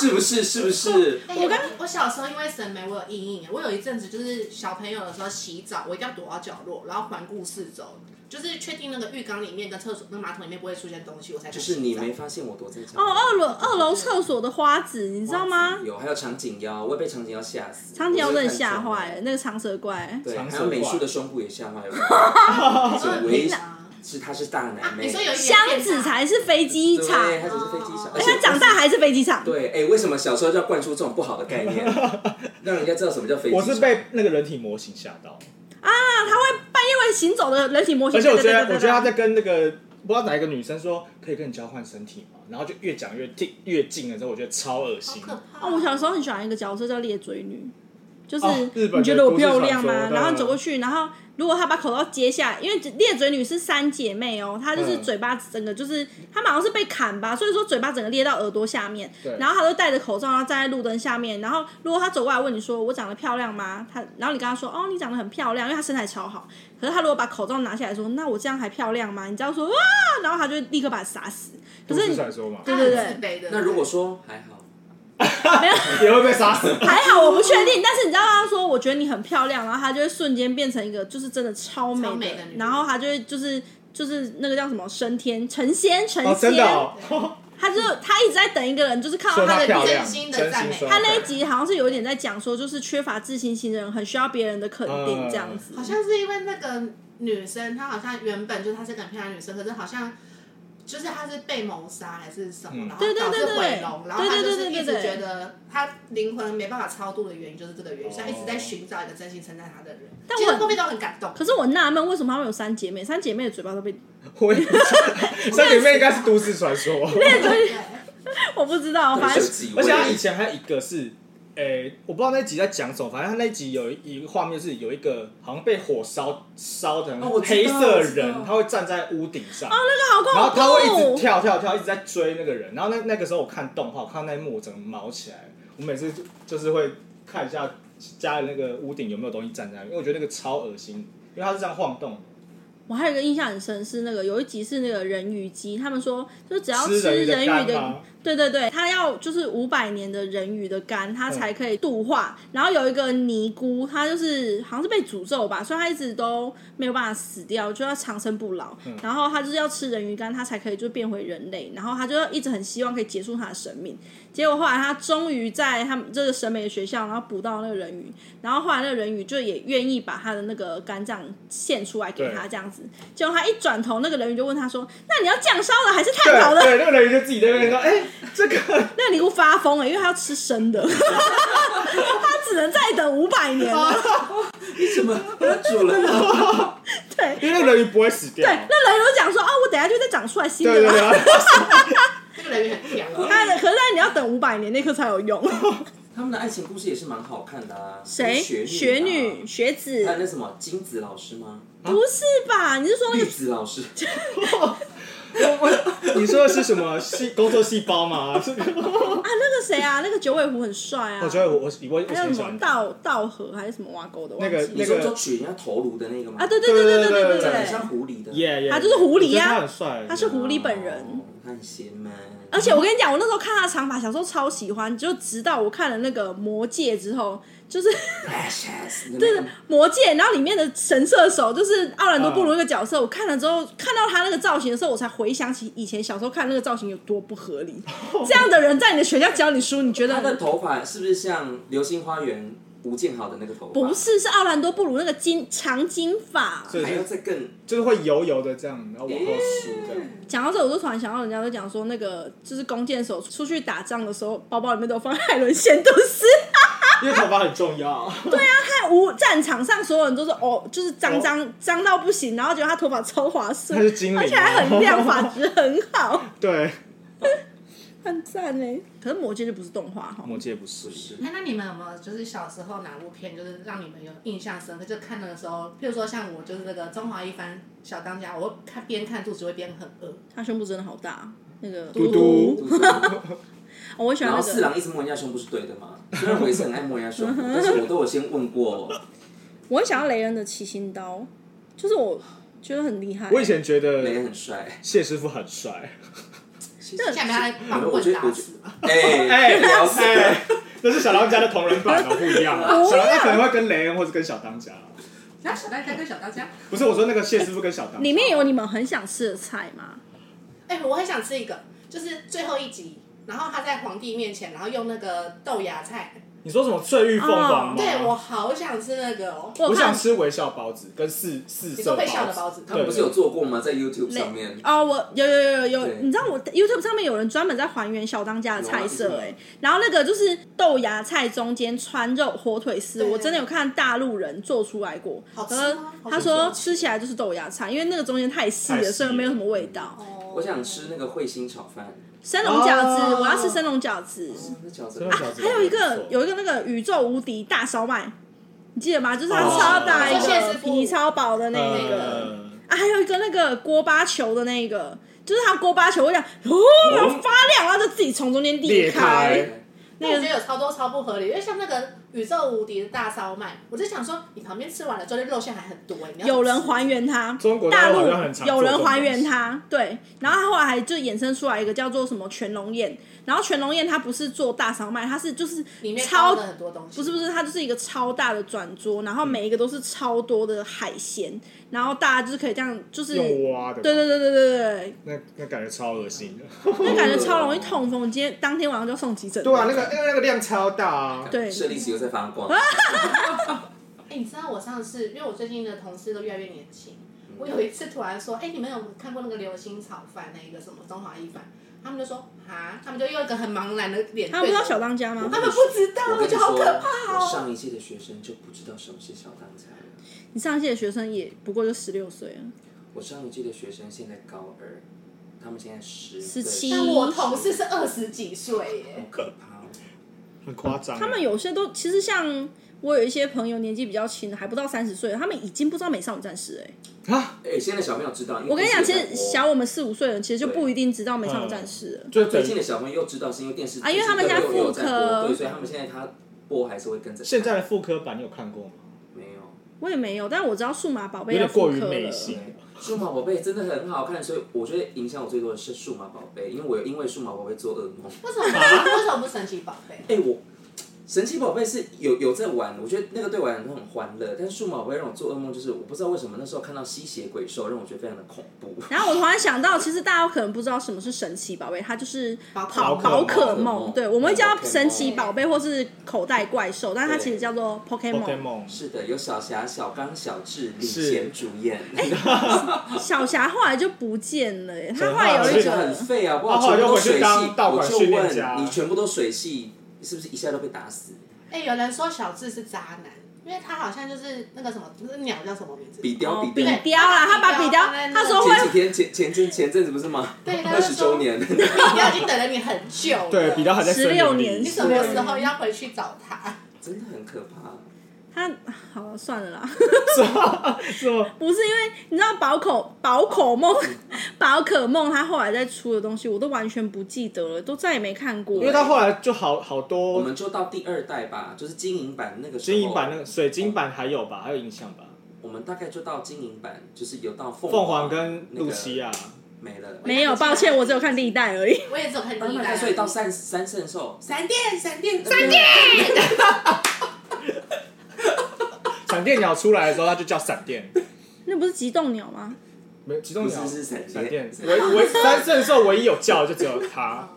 Speaker 3: 是不是？是不是？
Speaker 4: 哎我刚我小时候因为审美我有阴影，我有一阵子就是小朋友的时候洗澡，我一定要躲到角落，然后环顾四周，就是确定那个浴缸里面跟厕所、跟马桶里面不会出现东西，我才敢
Speaker 3: 就是你
Speaker 4: 洗澡
Speaker 3: 没发现我躲在墙
Speaker 1: 哦，二楼二楼厕所的花子，你知道吗？
Speaker 3: 有，还有长颈妖，我也被长颈妖吓死，
Speaker 1: 长颈妖
Speaker 3: 我
Speaker 1: 真
Speaker 3: 是
Speaker 1: 的
Speaker 3: 看
Speaker 1: 吓
Speaker 3: 中
Speaker 1: 坏了，那个长舌怪。
Speaker 3: 对，
Speaker 2: 长
Speaker 3: 还
Speaker 2: 舌
Speaker 3: 有美术
Speaker 2: 怪
Speaker 3: 的胸部也吓坏了，
Speaker 1: *laughs*
Speaker 4: 很
Speaker 3: 只
Speaker 4: 平
Speaker 3: 唯
Speaker 4: 常
Speaker 3: 是他是大奶
Speaker 4: 啊，
Speaker 3: 妹，
Speaker 4: 你说有一点
Speaker 1: 箱子才是飞机
Speaker 3: 对，
Speaker 1: 场，
Speaker 3: 他只是飞机
Speaker 4: 哦
Speaker 3: 小，
Speaker 4: 哦
Speaker 3: 而
Speaker 1: 哎，
Speaker 3: 且
Speaker 1: 他长大还是飞机场。
Speaker 3: 对，哎，为什么小时候就要灌输这种不好的
Speaker 2: *laughs*
Speaker 3: 概念，让人家知道什么叫飞机
Speaker 2: 我
Speaker 3: 场？
Speaker 2: 是被那个人体模型吓到。
Speaker 1: 半夜会行走的人体模型。
Speaker 2: 而且我觉
Speaker 1: 对
Speaker 2: 得，我觉得他在跟那个不知道哪一个女生说可以跟你交换身体嘛，然后就越讲越近越近了之后，我觉得超恶
Speaker 4: 好
Speaker 2: 心。
Speaker 1: 啊
Speaker 4: 可怕
Speaker 1: 哦，我小时候很喜欢一个角色叫裂嘴女，就是、
Speaker 2: 哦日本的
Speaker 1: 你觉得我漂亮
Speaker 2: 都市传
Speaker 1: 吗？
Speaker 2: 说嗯
Speaker 1: 然后走过去，然后如果她把口罩揭下来，因为裂嘴女是三姐妹哦，她就是
Speaker 2: 嗯
Speaker 1: 嘴巴整个就是她们好像是被砍吧，所以说嘴巴整个裂到耳朵下面
Speaker 2: 对，
Speaker 1: 然后她就戴着口罩，然后站在路灯下面，然后如果她走过来问你说我长得漂亮吗？她然后你跟她说哦你长得很漂亮，因为她身材超好，可是她如果把口罩拿下来说那我这样还漂亮吗？你知道说哇，然后她就立刻把她杀死，可
Speaker 2: 都
Speaker 1: 是
Speaker 2: 市
Speaker 1: 你
Speaker 2: 传说嘛，
Speaker 1: 对对对
Speaker 4: 他很自卑的。
Speaker 3: 那如果说还好，
Speaker 1: 哦
Speaker 2: *laughs* 也会被杀死。
Speaker 1: 还好我不确定，但是你知道他说，我觉得你很漂亮，然后他就会瞬间变成一个就是真的超美
Speaker 4: 超美的女人
Speaker 1: 然后他就会就是就是那个叫什么升天成仙成
Speaker 2: 哦，
Speaker 1: 仙，
Speaker 2: 真的哦，
Speaker 1: 他就他一直在等一个人，就是看到
Speaker 2: *laughs* 说
Speaker 1: 他
Speaker 2: 她
Speaker 1: 的
Speaker 2: 漂
Speaker 1: 一些。
Speaker 2: 亮，
Speaker 4: 真心的
Speaker 2: 真
Speaker 4: 赞
Speaker 2: 心
Speaker 4: 美
Speaker 2: 说
Speaker 1: 他那一集好像是有一点在讲说，就是缺乏自信心的人很需要别人的肯定
Speaker 2: 嗯
Speaker 1: 这样子。
Speaker 4: 好像是因为那个女生，她好像原本就是她是个很漂亮的女生，可是好像就是她是被谋杀还是什么，
Speaker 2: 嗯
Speaker 4: 然后
Speaker 1: 对对
Speaker 4: 导致
Speaker 1: 对对
Speaker 4: 毁容，然后
Speaker 1: 对对
Speaker 4: 她就是
Speaker 1: 对
Speaker 4: 一
Speaker 1: 对
Speaker 4: 直
Speaker 1: 对
Speaker 4: 觉得她灵魂没办法超度的原因就是这个原因，所以她一直在寻找一个真心称赞她的人。
Speaker 1: 但
Speaker 4: 其实
Speaker 1: 我
Speaker 4: 后面都很感动。
Speaker 1: 可是我纳闷，为什么他们有三姐妹？三姐妹的嘴巴都被
Speaker 2: 我也不知道三姐妹应该是都市传说，
Speaker 4: 对，
Speaker 1: 我不知道，反
Speaker 2: *laughs*
Speaker 3: 有
Speaker 1: 正
Speaker 3: 几
Speaker 2: 而
Speaker 3: 位
Speaker 2: 且他以前还有一个是，诶、我不知道那集在讲什么，反正他那集有一个画面是有一个好像被火烧烧的
Speaker 3: 哦我知道
Speaker 2: 黑色
Speaker 3: 我知道
Speaker 2: 人，他会站在屋顶上，
Speaker 1: 好恐怖。
Speaker 2: 然后他会一直跳跳跳，一直在追那个人。然后那那个时候我看动画，我看到那一幕我整个毛起来。我每次就就是会看一下家里那个屋顶有没有东西站在那，因为我觉得那个超恶心，因为它是这样晃动的。
Speaker 1: 我还有一个印象很深是那个有一集是那个人鱼鸡，他们说就是只要
Speaker 2: 吃人
Speaker 1: 吃
Speaker 2: 鱼的
Speaker 1: 人鱼
Speaker 2: 肝
Speaker 1: 的
Speaker 2: 吗，
Speaker 1: 对对对，它要就是五百年的人鱼的肝，它才可以度化。然后有一个尼姑，她就是好像是被诅咒吧，所以她一直都没有办法死掉，就要长生不老。然后她就是要吃人鱼肝，她才可以就变回人类。然后她就一直很希望可以结束她的生命。结果后来她终于在他们这个审美的学校，然后捕到那个人鱼，然后后来那个人鱼就也愿意把他的那个肝脏献出来给他
Speaker 2: 对
Speaker 1: 这样子。结果他一转头，那个人鱼就问他说：“那你要酱烧的还是
Speaker 2: 对
Speaker 1: 炭烤的？”
Speaker 2: 对，那个人鱼就自己在那
Speaker 1: *laughs*
Speaker 2: 边说：“哎、这个
Speaker 1: 那个尼姑发疯了、因为他要吃生的，他只能再等五百年了。
Speaker 3: 为什 *laughs* 么他煮了？
Speaker 1: 对
Speaker 2: 因为那个人鱼不会死掉。”
Speaker 1: 对，那人鱼都讲说啊，我等一下就再长出来新的
Speaker 2: 对对
Speaker 1: 啦。
Speaker 4: 这
Speaker 2: 对，
Speaker 4: 个人也很强。
Speaker 1: *laughs* 他的可是你要等五百年那刻才有用。
Speaker 3: 他们的爱情故事也是蛮好看的啊。
Speaker 1: 谁？
Speaker 3: 学
Speaker 1: 学
Speaker 3: 女
Speaker 1: 女、
Speaker 3: 啊？
Speaker 1: 学
Speaker 3: 还
Speaker 1: 子？
Speaker 3: 有那什么金子老师吗？
Speaker 1: 不是吧？你是说那
Speaker 3: 玉
Speaker 1: 个？
Speaker 3: 子老师，
Speaker 2: *laughs* 你说的是什么细工作细胞吗？是，
Speaker 1: 啊，那个谁啊？那个九尾狐很帅啊。
Speaker 2: 我觉得我我我我
Speaker 1: 还有
Speaker 2: 很
Speaker 1: 什
Speaker 2: 喜
Speaker 1: 么
Speaker 2: 欢
Speaker 1: 道道河还是什么挖沟的？
Speaker 2: 那个
Speaker 1: 忘记
Speaker 3: 你
Speaker 1: 了
Speaker 2: 那
Speaker 3: 说
Speaker 2: 个
Speaker 3: 就取人家头颅的那个吗？
Speaker 1: 啊，对对对对对
Speaker 2: 对对对
Speaker 1: 对
Speaker 2: 对
Speaker 3: 很
Speaker 1: 对
Speaker 3: 像。狐狸的。
Speaker 2: 耶耶，
Speaker 1: 他就是狐狸啊
Speaker 2: 我觉得他很帅，
Speaker 1: 他是狐狸本人
Speaker 3: 哦，他很邪门。
Speaker 1: 而且我跟你讲，我那时候看他的长发，小时候超喜欢，就直到我看了那个《魔戒》之后，就是
Speaker 3: Precious，你
Speaker 1: 对
Speaker 3: 们
Speaker 1: 魔戒，然后里面的神射手就是奥兰多布鲁那个角色，我看了之后，看到他那个造型的时候，我才回想起以前小时候看那个造型有多不合
Speaker 2: *laughs*
Speaker 1: 理。
Speaker 2: 哦
Speaker 1: 这样的人在你的学校教你书，你觉
Speaker 3: 他的
Speaker 1: 得
Speaker 3: 头发是不是像《流星花园》吴建豪的那个头发？
Speaker 1: 不，是？是奥兰多布鲁那个金长金发。
Speaker 2: 所以
Speaker 3: 还
Speaker 2: 就
Speaker 3: 要再更
Speaker 2: 就是会油油的这样，然后往后梳这
Speaker 1: *laughs*
Speaker 2: 样。
Speaker 1: 讲到这，我就突然想到人家在讲说，那个就是弓箭手出去打仗的时候，包包里面都有放海伦仙度斯。
Speaker 2: 因为头发很重要。
Speaker 1: 在无战场上，所有人都是哦，就是脏脏脏到不行，然后觉得他头发超滑顺，
Speaker 2: 他是精灵啊
Speaker 1: 而且还很亮，发质很好，
Speaker 2: 对，
Speaker 1: 很赞哎。可是魔戒就不是动画哈，
Speaker 2: 魔戒不是
Speaker 3: 不，是
Speaker 4: 哎，那你们有没有就是小时候哪部片就是让你们有印象深刻？就看了的时候，譬如说像我就是那个《中华一番小当家》，我看边看肚子会边很饿。
Speaker 1: 他胸部真的好大，那个
Speaker 2: 嘟
Speaker 1: 嘟
Speaker 2: 嘟，
Speaker 3: 嘟嘟
Speaker 1: 哦我喜欢
Speaker 3: 然后
Speaker 1: 那
Speaker 3: 四
Speaker 1: 个，
Speaker 3: 郎一直摸人家胸部是对的吗？虽然我也是很爱摸人
Speaker 1: *laughs*
Speaker 3: 家胸部，但是我都有先问过。
Speaker 1: 我很想要雷恩的七星刀，就是我觉得很厉害。
Speaker 2: 我以前觉
Speaker 3: 雷
Speaker 2: 得
Speaker 3: 很帅，
Speaker 2: 谢师傅很帅，
Speaker 4: 下面他把棍打死吧。
Speaker 3: *laughs* 哎
Speaker 2: 哎
Speaker 3: 屌丝
Speaker 2: 哎，那是小当家的同人版哦，不一样啊。
Speaker 1: 不一样
Speaker 2: 小当家可能会跟雷恩或者跟小当家，
Speaker 4: 那小当家跟小当家，
Speaker 2: 不是我说那个谢师傅跟小当家
Speaker 1: 里面有你们很想吃的菜吗？
Speaker 4: 哎、我很想吃一个，就是最后一集，然后他在皇帝面前，然后用那个豆芽菜，
Speaker 2: 你说什么翠玉凤凰
Speaker 4: 哦
Speaker 2: 吗？
Speaker 4: 对我好想吃那个哦。
Speaker 1: 我有
Speaker 2: 我
Speaker 1: 看
Speaker 2: 想吃微笑包子跟四四
Speaker 4: 你说
Speaker 2: 色
Speaker 4: 会笑的
Speaker 2: 包
Speaker 4: 包子，
Speaker 3: 他们不是有做过吗？在 YouTube
Speaker 1: 雷
Speaker 3: 上面，
Speaker 1: 哦，我有有有有有
Speaker 3: 对，
Speaker 1: 你知道我 YouTube 上面有人专门在还原小当家的菜
Speaker 3: 有
Speaker 1: 色
Speaker 3: 啊
Speaker 1: 哎、然后那个就是豆芽菜中间穿肉火腿丝，
Speaker 4: 对
Speaker 1: 我真的有看大陆人做出来过，
Speaker 4: 好吃
Speaker 1: 然后
Speaker 4: 吗好
Speaker 1: 他
Speaker 4: 吃
Speaker 1: 说吃起来就是豆芽菜，因为那个中间太细
Speaker 2: 太
Speaker 1: 了，
Speaker 2: 细
Speaker 1: 所以没有
Speaker 2: 了
Speaker 1: 什么味道。
Speaker 4: 哦
Speaker 3: 我想吃那个彗星炒饭，
Speaker 1: 生龙饺子，
Speaker 2: 哦
Speaker 1: 我要吃生龙饺子。
Speaker 3: 那饺子
Speaker 2: 真的
Speaker 3: 啊
Speaker 2: 饺子
Speaker 1: 还有一
Speaker 2: 很不
Speaker 1: 个
Speaker 2: 错
Speaker 1: 有一个那个宇宙无敌大烧麦，你记得吗？就是它
Speaker 2: 哦
Speaker 1: 超大一
Speaker 4: 就谢
Speaker 1: 个
Speaker 4: 师傅
Speaker 1: 皮超薄的那那个。
Speaker 2: 呃
Speaker 1: 啊，还有一个那个锅巴球的那个，就是它锅巴球，我想哦，然后发亮，然后就自己从中间裂
Speaker 2: 裂开
Speaker 3: 哎
Speaker 4: 那我觉得有超多超不合理，因为像那个宇宙无敌的大烧麦，我就想说，你旁边吃完了之后，那肉馅还很多，欸你要
Speaker 1: 有人
Speaker 4: 怎么吃
Speaker 1: 还原它，
Speaker 2: 中国
Speaker 1: 大
Speaker 2: 大陆
Speaker 1: 陆
Speaker 2: 好像很常做
Speaker 1: 有
Speaker 2: 这
Speaker 1: 人
Speaker 2: 种
Speaker 1: 还原
Speaker 2: 东西
Speaker 1: 它，对。然后它后来还就衍生出来一个叫做什么全龙宴，然后全龙宴它不是做大烧麦，它是就是
Speaker 4: 里面
Speaker 1: 超
Speaker 4: 包了很多东西，
Speaker 1: 不是不是，它就是一个超大的转桌，然后每一个都是超多的海鲜，然后大家就是可以这样，就是
Speaker 2: 用挖的，
Speaker 1: 对对对对对对，
Speaker 2: 那那感觉超恶心的。
Speaker 1: 那感觉超容易痛风，今天当天晚上就送急诊。
Speaker 2: 对啊，那个那个那个量超大啊。
Speaker 1: 对
Speaker 3: 舍利子又在发光，
Speaker 4: 哎、你知道我上次，因为我最近的同事都越来越年轻，我有一次突然说，哎、你们有看过那个流星炒饭那一个什么中华一番？他们就说啊，他们就用一个很茫然的脸。
Speaker 1: 他们不知道小，当家吗？
Speaker 4: 他们不知道，
Speaker 3: 我
Speaker 4: 我
Speaker 3: 跟你
Speaker 4: 觉得好
Speaker 3: 说，
Speaker 4: 可怕
Speaker 3: 我
Speaker 4: 哦。
Speaker 3: 上一届的学生就不知道什么是小当家了。
Speaker 1: 你上一届的学生也不过就十六岁啊，
Speaker 3: 我上一届的学生现在高二，他们现在十
Speaker 1: 十七
Speaker 4: 但我同事是二十几岁耶
Speaker 3: 好，可怕哦！
Speaker 2: 很夸张。
Speaker 1: 他们有些都其实像我有一些朋友年纪比较轻的，还不到三十岁，他们已经不知道美少女战士哎、
Speaker 2: 啊，
Speaker 3: 哎、现在小朋友知道，因为
Speaker 1: 我跟你讲，
Speaker 3: 电
Speaker 1: 其
Speaker 3: 视也在
Speaker 1: 实
Speaker 3: 播
Speaker 1: 小我们四五岁的人，其实就不一定知道美少女战士了。
Speaker 2: 就
Speaker 3: 最
Speaker 2: 等
Speaker 3: 近的小朋友又知道是因为电视
Speaker 1: 啊因为他们
Speaker 3: 电视
Speaker 1: 现在
Speaker 3: 都有在播
Speaker 1: 复刻
Speaker 3: 对，所以他们现在他播还是会跟着看。
Speaker 2: 现在的妇科版你有看过吗？
Speaker 3: 没有
Speaker 1: 我也没有，但我知道数码宝贝
Speaker 2: 有
Speaker 1: 要
Speaker 2: 点
Speaker 1: 复
Speaker 2: 过于
Speaker 1: 刻
Speaker 2: 美
Speaker 1: 了。
Speaker 2: 型。
Speaker 3: 数码宝贝真的很好看，所以我觉得影响我最多的是数码宝贝，因为我有因为数码宝贝做噩梦。
Speaker 4: 为什么不？为什么不神奇宝贝？
Speaker 3: 哎、我神奇宝贝是有有在玩，我觉得那个对我来讲都很欢乐，但是数码宝贝让我做噩梦，就是我不知道为什么那时候看到吸血鬼兽，让我觉得非常的恐怖。
Speaker 1: 然后我突然想到，其实大家可能不知道什么是神奇宝贝，它就是
Speaker 4: 宝
Speaker 1: 跑
Speaker 4: 可
Speaker 1: 宝
Speaker 2: 梦
Speaker 1: 可
Speaker 3: 宝可
Speaker 1: 梦。
Speaker 3: 梦
Speaker 1: 对，我们会叫它
Speaker 3: 宝可梦
Speaker 1: 神奇宝贝或是口袋怪兽，但它
Speaker 3: 对
Speaker 1: 其实叫做 Pokemon。
Speaker 2: Pokemon
Speaker 3: 是的，有小霞、小刚、小智领
Speaker 2: 是
Speaker 3: 衔主演，
Speaker 4: 哎
Speaker 3: *laughs*
Speaker 1: 小霞后来就不见了耶，她
Speaker 2: 神
Speaker 1: 后
Speaker 2: 话
Speaker 1: 来有一
Speaker 3: 这
Speaker 2: 是
Speaker 3: 个很
Speaker 1: 个，
Speaker 3: 废啊！不
Speaker 2: 他后来
Speaker 3: 全
Speaker 2: 就
Speaker 3: 部都
Speaker 2: 回去
Speaker 3: 水系，
Speaker 2: 当道馆
Speaker 3: 我就
Speaker 2: 训练家
Speaker 3: 问你，全部都水系，是不是一下都被打死？
Speaker 4: 哎、有人说小智是渣男，因为他好像就是那个什么，那个鸟叫什么名字？
Speaker 3: 比雕
Speaker 1: 哦
Speaker 3: 比
Speaker 1: 比
Speaker 3: 雕。
Speaker 4: 对
Speaker 1: 雕啦，她
Speaker 4: 她
Speaker 1: 把
Speaker 4: 把
Speaker 1: 比
Speaker 4: 比
Speaker 1: 雕
Speaker 4: 雕，
Speaker 1: 她说
Speaker 3: 前几
Speaker 1: 会。
Speaker 3: 天前前阵前阵子不是吗？
Speaker 4: 对他
Speaker 3: 二
Speaker 4: 就
Speaker 3: 十
Speaker 4: 说
Speaker 3: 周年。 *laughs*
Speaker 4: 比雕已经等了你很久了。
Speaker 2: 对，比较还在森林里
Speaker 1: 16年
Speaker 2: *laughs*
Speaker 4: 你什么时候要回去找他？
Speaker 3: 真的很可怕。
Speaker 1: 她好了算了啦，*laughs*
Speaker 2: 是吗？
Speaker 1: 不是因为你知道宝口宝口梦、宝可梦，它后来再出的东西我都完全不记得了，都再也没看过。
Speaker 2: 因为他后来就好好
Speaker 3: 我
Speaker 2: 多
Speaker 3: 们哦就到第二代吧，就是金银版那个时候。
Speaker 2: 金银版那个水晶版还有吧，还有印象吧？
Speaker 3: 我们大概就到金银版，就是有到凤
Speaker 2: 凤凰跟露西
Speaker 3: 啊
Speaker 2: 亚，
Speaker 3: 没了。
Speaker 1: 没有，抱歉，我只有看历代而已。
Speaker 4: 我也只有看
Speaker 3: 啊
Speaker 4: 第一
Speaker 3: 那
Speaker 4: 代。
Speaker 3: 所以到三三圣兽，
Speaker 4: 闪电，闪电，
Speaker 3: 闪
Speaker 4: 闪
Speaker 3: 电
Speaker 4: 电。
Speaker 2: 闪电鸟出来的时候，他就叫闪电，
Speaker 1: 那不是极冻鸟吗？
Speaker 2: 没有极冻鸟
Speaker 3: 不是是闪电
Speaker 2: 闪
Speaker 3: *laughs*
Speaker 2: 电，唯唯三圣兽唯一有叫的就只有他。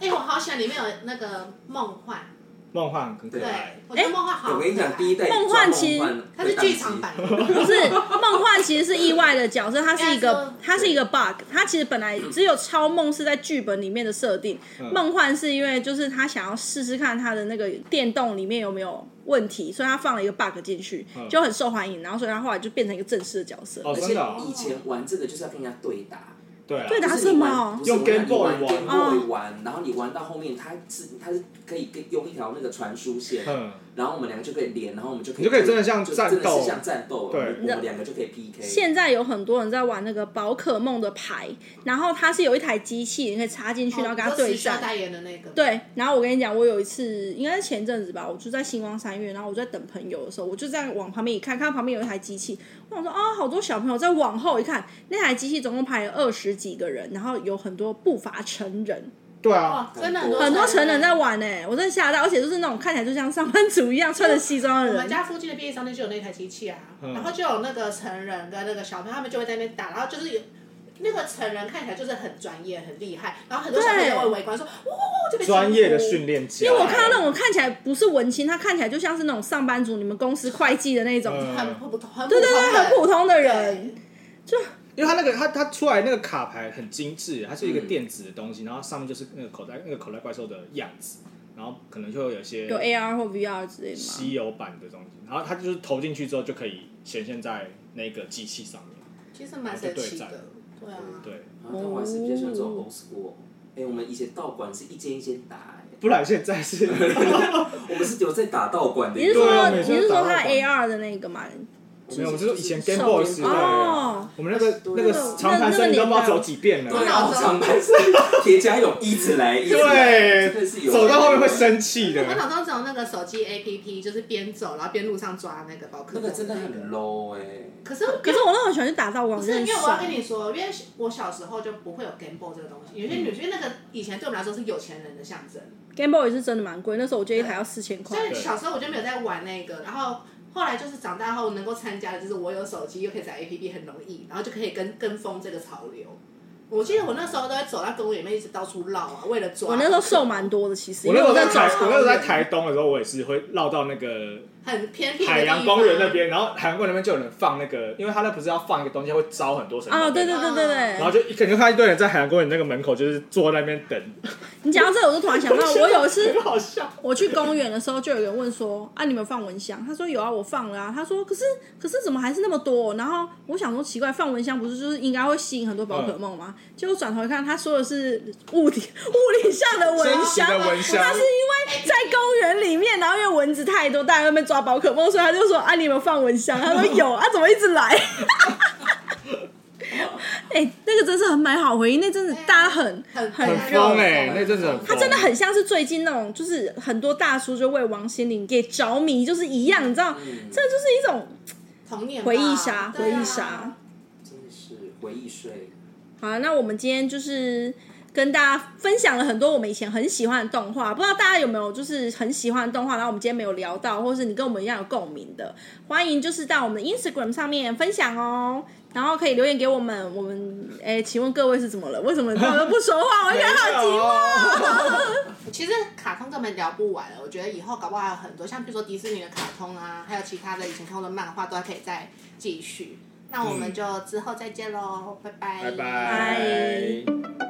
Speaker 4: 哎、我好喜欢里面有那个梦幻，
Speaker 2: 梦幻很可
Speaker 4: 对哎
Speaker 2: 爱，，
Speaker 4: 我觉得梦幻好可爱。
Speaker 3: 我跟你讲，第一代
Speaker 1: 哦啊梦幻
Speaker 3: 抓
Speaker 1: 其
Speaker 3: 梦
Speaker 1: 实
Speaker 3: 幻
Speaker 4: 它是剧场
Speaker 3: *laughs*
Speaker 4: 版，
Speaker 1: 不是梦幻，其实是意外的角色，它是一个
Speaker 4: 应
Speaker 1: 它是一个 bug，它其实本来只有超梦是在剧本里面的设定，梦幻是因为就是他想要试试看他的那个电动里面有没有问题，所以他放了一个 bug 进去，就很受欢迎，然后所以他后来就变成一个正式的角色。
Speaker 2: 哦，
Speaker 3: 而
Speaker 2: 真
Speaker 3: 且
Speaker 2: 的哦，
Speaker 3: 以前玩这个就是要跟人家对打。
Speaker 2: 对啊，
Speaker 1: 对打
Speaker 3: 就是你玩
Speaker 1: 什么
Speaker 3: 不是我
Speaker 2: 用
Speaker 3: 跟
Speaker 2: Game
Speaker 3: 你玩
Speaker 2: Boy 玩
Speaker 3: Game
Speaker 1: 哦
Speaker 3: Boy 玩，然后你玩到后面，它是它是可以跟用一条那个传输线，
Speaker 2: 嗯，
Speaker 3: 然后我们两个就可以连，然后我们就可
Speaker 2: 你
Speaker 3: 以
Speaker 2: 就可以真的像
Speaker 3: 就
Speaker 2: 战斗
Speaker 3: 真的是像战斗，
Speaker 2: 对
Speaker 3: 我们我们两个就可以 PK。
Speaker 1: 现在有很多人在玩那个宝可梦的牌，然后它是有一台机器，你可以插进去，然后跟它对
Speaker 4: 哦时
Speaker 1: 战
Speaker 4: 代。代言的那个。
Speaker 1: 对，然后我跟你讲，我有一次应该是前阵子吧，我就在星光三月，然后我就在等朋友的时候，我就这样往旁边一看，看到旁边有一台机器，我想说啊、好多小朋友。再往后一看，那台机器总共排了二十几个人，然后有很多不乏成人，
Speaker 2: 对啊
Speaker 4: 哇，，真的很多
Speaker 1: 很多成人在
Speaker 4: 我
Speaker 1: 玩呢、我真的吓到，而且就是那种看起来就像上班族一样穿着西装的
Speaker 4: 们
Speaker 1: 人。
Speaker 4: 家附近的便利商店就有那台机器啊，然后就有那个成人跟那个小朋友，他们就会在那边打，然后就是有那个成人看起来就是很专业、很厉害，然后很多小朋友就会围观说：“哇，这边
Speaker 2: 专业的训。练家，因为
Speaker 1: 我看到那种看起来不是文青，他看起来就像是那种上班族，你们公司会计的那种，”
Speaker 4: 很
Speaker 2: 嗯
Speaker 4: 普通，很
Speaker 1: 对对对，很普通的人
Speaker 4: 对。
Speaker 2: 因为它那个它它出来那个卡牌很精致，它是
Speaker 3: 嗯
Speaker 2: 一个电子的东西，然后上面就是那个口袋那个口袋怪兽的样子，然后可能就会有一些
Speaker 1: 有 AR 或 VR 之类的吗？
Speaker 2: 稀有版的东西，然后它就是投进去之后就可以显现在那个机器上面。
Speaker 4: 其实蛮神奇的，对啊。
Speaker 2: 对，
Speaker 3: 啊但我还是比较喜欢这种 old school。哎、哎，我们以前道馆是一间一间打，哎
Speaker 2: 不然现在
Speaker 3: *laughs*
Speaker 2: 是
Speaker 3: 我们是有在打道馆的。
Speaker 1: 你是
Speaker 2: 对
Speaker 1: 说
Speaker 2: 啊
Speaker 1: 你
Speaker 2: 每次都
Speaker 1: 是说他
Speaker 2: 打到
Speaker 1: A 二的那个吗？
Speaker 2: 没有，我就说以前
Speaker 3: 就是
Speaker 2: Game Boy 时代啊，
Speaker 1: 哦，
Speaker 2: 我们那个
Speaker 3: 对
Speaker 2: 那个长盘生你都不
Speaker 1: 那那个年
Speaker 2: 知道
Speaker 1: 代
Speaker 2: 走几遍了，
Speaker 3: 对
Speaker 4: 啊
Speaker 3: 啊，我长白是铁甲有一直来，一直来，啊真的是
Speaker 2: 对，
Speaker 3: 有
Speaker 2: 走到后面会生
Speaker 1: *laughs*
Speaker 2: 气的
Speaker 4: 我。脑中只有那个手机 APP，就是边走然后边路上抓那个宝可
Speaker 3: 那
Speaker 4: 梦。
Speaker 3: 个真的很 low 哎、
Speaker 4: 可是
Speaker 1: 可是我那么喜欢去打造网
Speaker 4: 不是，
Speaker 1: 站，
Speaker 4: 因为我要跟你说，因为我小时候就不会有 Game Boy 这个东西。有些女，因为那个以前对我们来说是有钱人的象征，
Speaker 1: Game Boy 也是真的蛮贵，那时候我记得一台要四千块
Speaker 4: 所。以小时候我就没有在玩那个。然后后来就是长大后能够参加的，就是我有手机又可以载 APP，很容易，然后就可以跟跟风这个潮流。我记得我那时候都会走到公园里面一直到处绕啊，为了抓。
Speaker 1: 我那时候瘦蛮多的，其实。
Speaker 2: 我那时候在
Speaker 1: 因为
Speaker 2: 台，
Speaker 1: 走
Speaker 2: 我
Speaker 1: 超
Speaker 2: 那时候在
Speaker 1: 远
Speaker 2: 台东的时候，我也是会绕到那个
Speaker 4: 很偏僻的
Speaker 2: 海洋
Speaker 4: 地方
Speaker 2: 公园那，边，然后海洋公园那边就有人放那个，因为他那不是要放一个东西，它会招很多神
Speaker 1: 啊，
Speaker 2: 龙
Speaker 1: 对
Speaker 2: 的
Speaker 1: 对
Speaker 2: 嘛
Speaker 1: 对对对。
Speaker 2: 然后就一肯就看一堆人在海洋公园那个门口，就是坐在那边等。 *laughs*
Speaker 1: 你讲到这，我就突然想到，我有一次
Speaker 2: 很好笑，
Speaker 1: 我去公园的时候，就有人问说：“啊，你们放蚊香？”他说：“有啊，我放了啊。”他说：“可是可是怎么还是那么多？”然后我想说奇怪，放蚊香不是就是应该会吸引很多宝可梦吗？结果转头一看，他说的是物体物理上的蚊
Speaker 2: 真实
Speaker 1: 香，
Speaker 2: 的蚊香
Speaker 1: 他是因为在公园里面，然后因为蚊子太多，大家在那边抓宝可梦，所以他就说：“啊，你们放蚊香？”他说：“有啊，怎么一直来？”哎、那个真是很美好回忆，那真的大家很
Speaker 4: 很
Speaker 1: 很
Speaker 2: 很
Speaker 1: 热
Speaker 2: 疯哎、那阵子很疯，
Speaker 1: 他真的很像是最近那种，就是很多大叔就为王心凌给着迷，就是一样，你知道，这就是一种
Speaker 4: 童年吧
Speaker 1: 回忆杀，回
Speaker 4: 对啊
Speaker 1: 忆杀。
Speaker 3: 真的是回忆睡。
Speaker 1: 好啊，那我们今天就是跟大家分享了很多我们以前很喜欢的动画，不知道大家有没有就是很喜欢的动画，然后我们今天没有聊到，或是你跟我们一样有共鸣的，欢迎就是到我们的 Instagram 上面分享哦。然后可以留言给我们，我们哎，请问各位是怎么了？为什么你们都不说话？我觉得好奇哦怪。
Speaker 4: 其实卡通根本聊不完了，我觉得以后搞不好还有很多，像比如说迪士尼的卡通啊，还有其他的以前看过的漫画，都还可以再嗯继续。那我们就之后再见喽，拜拜，
Speaker 2: 拜
Speaker 1: 拜
Speaker 2: 拜。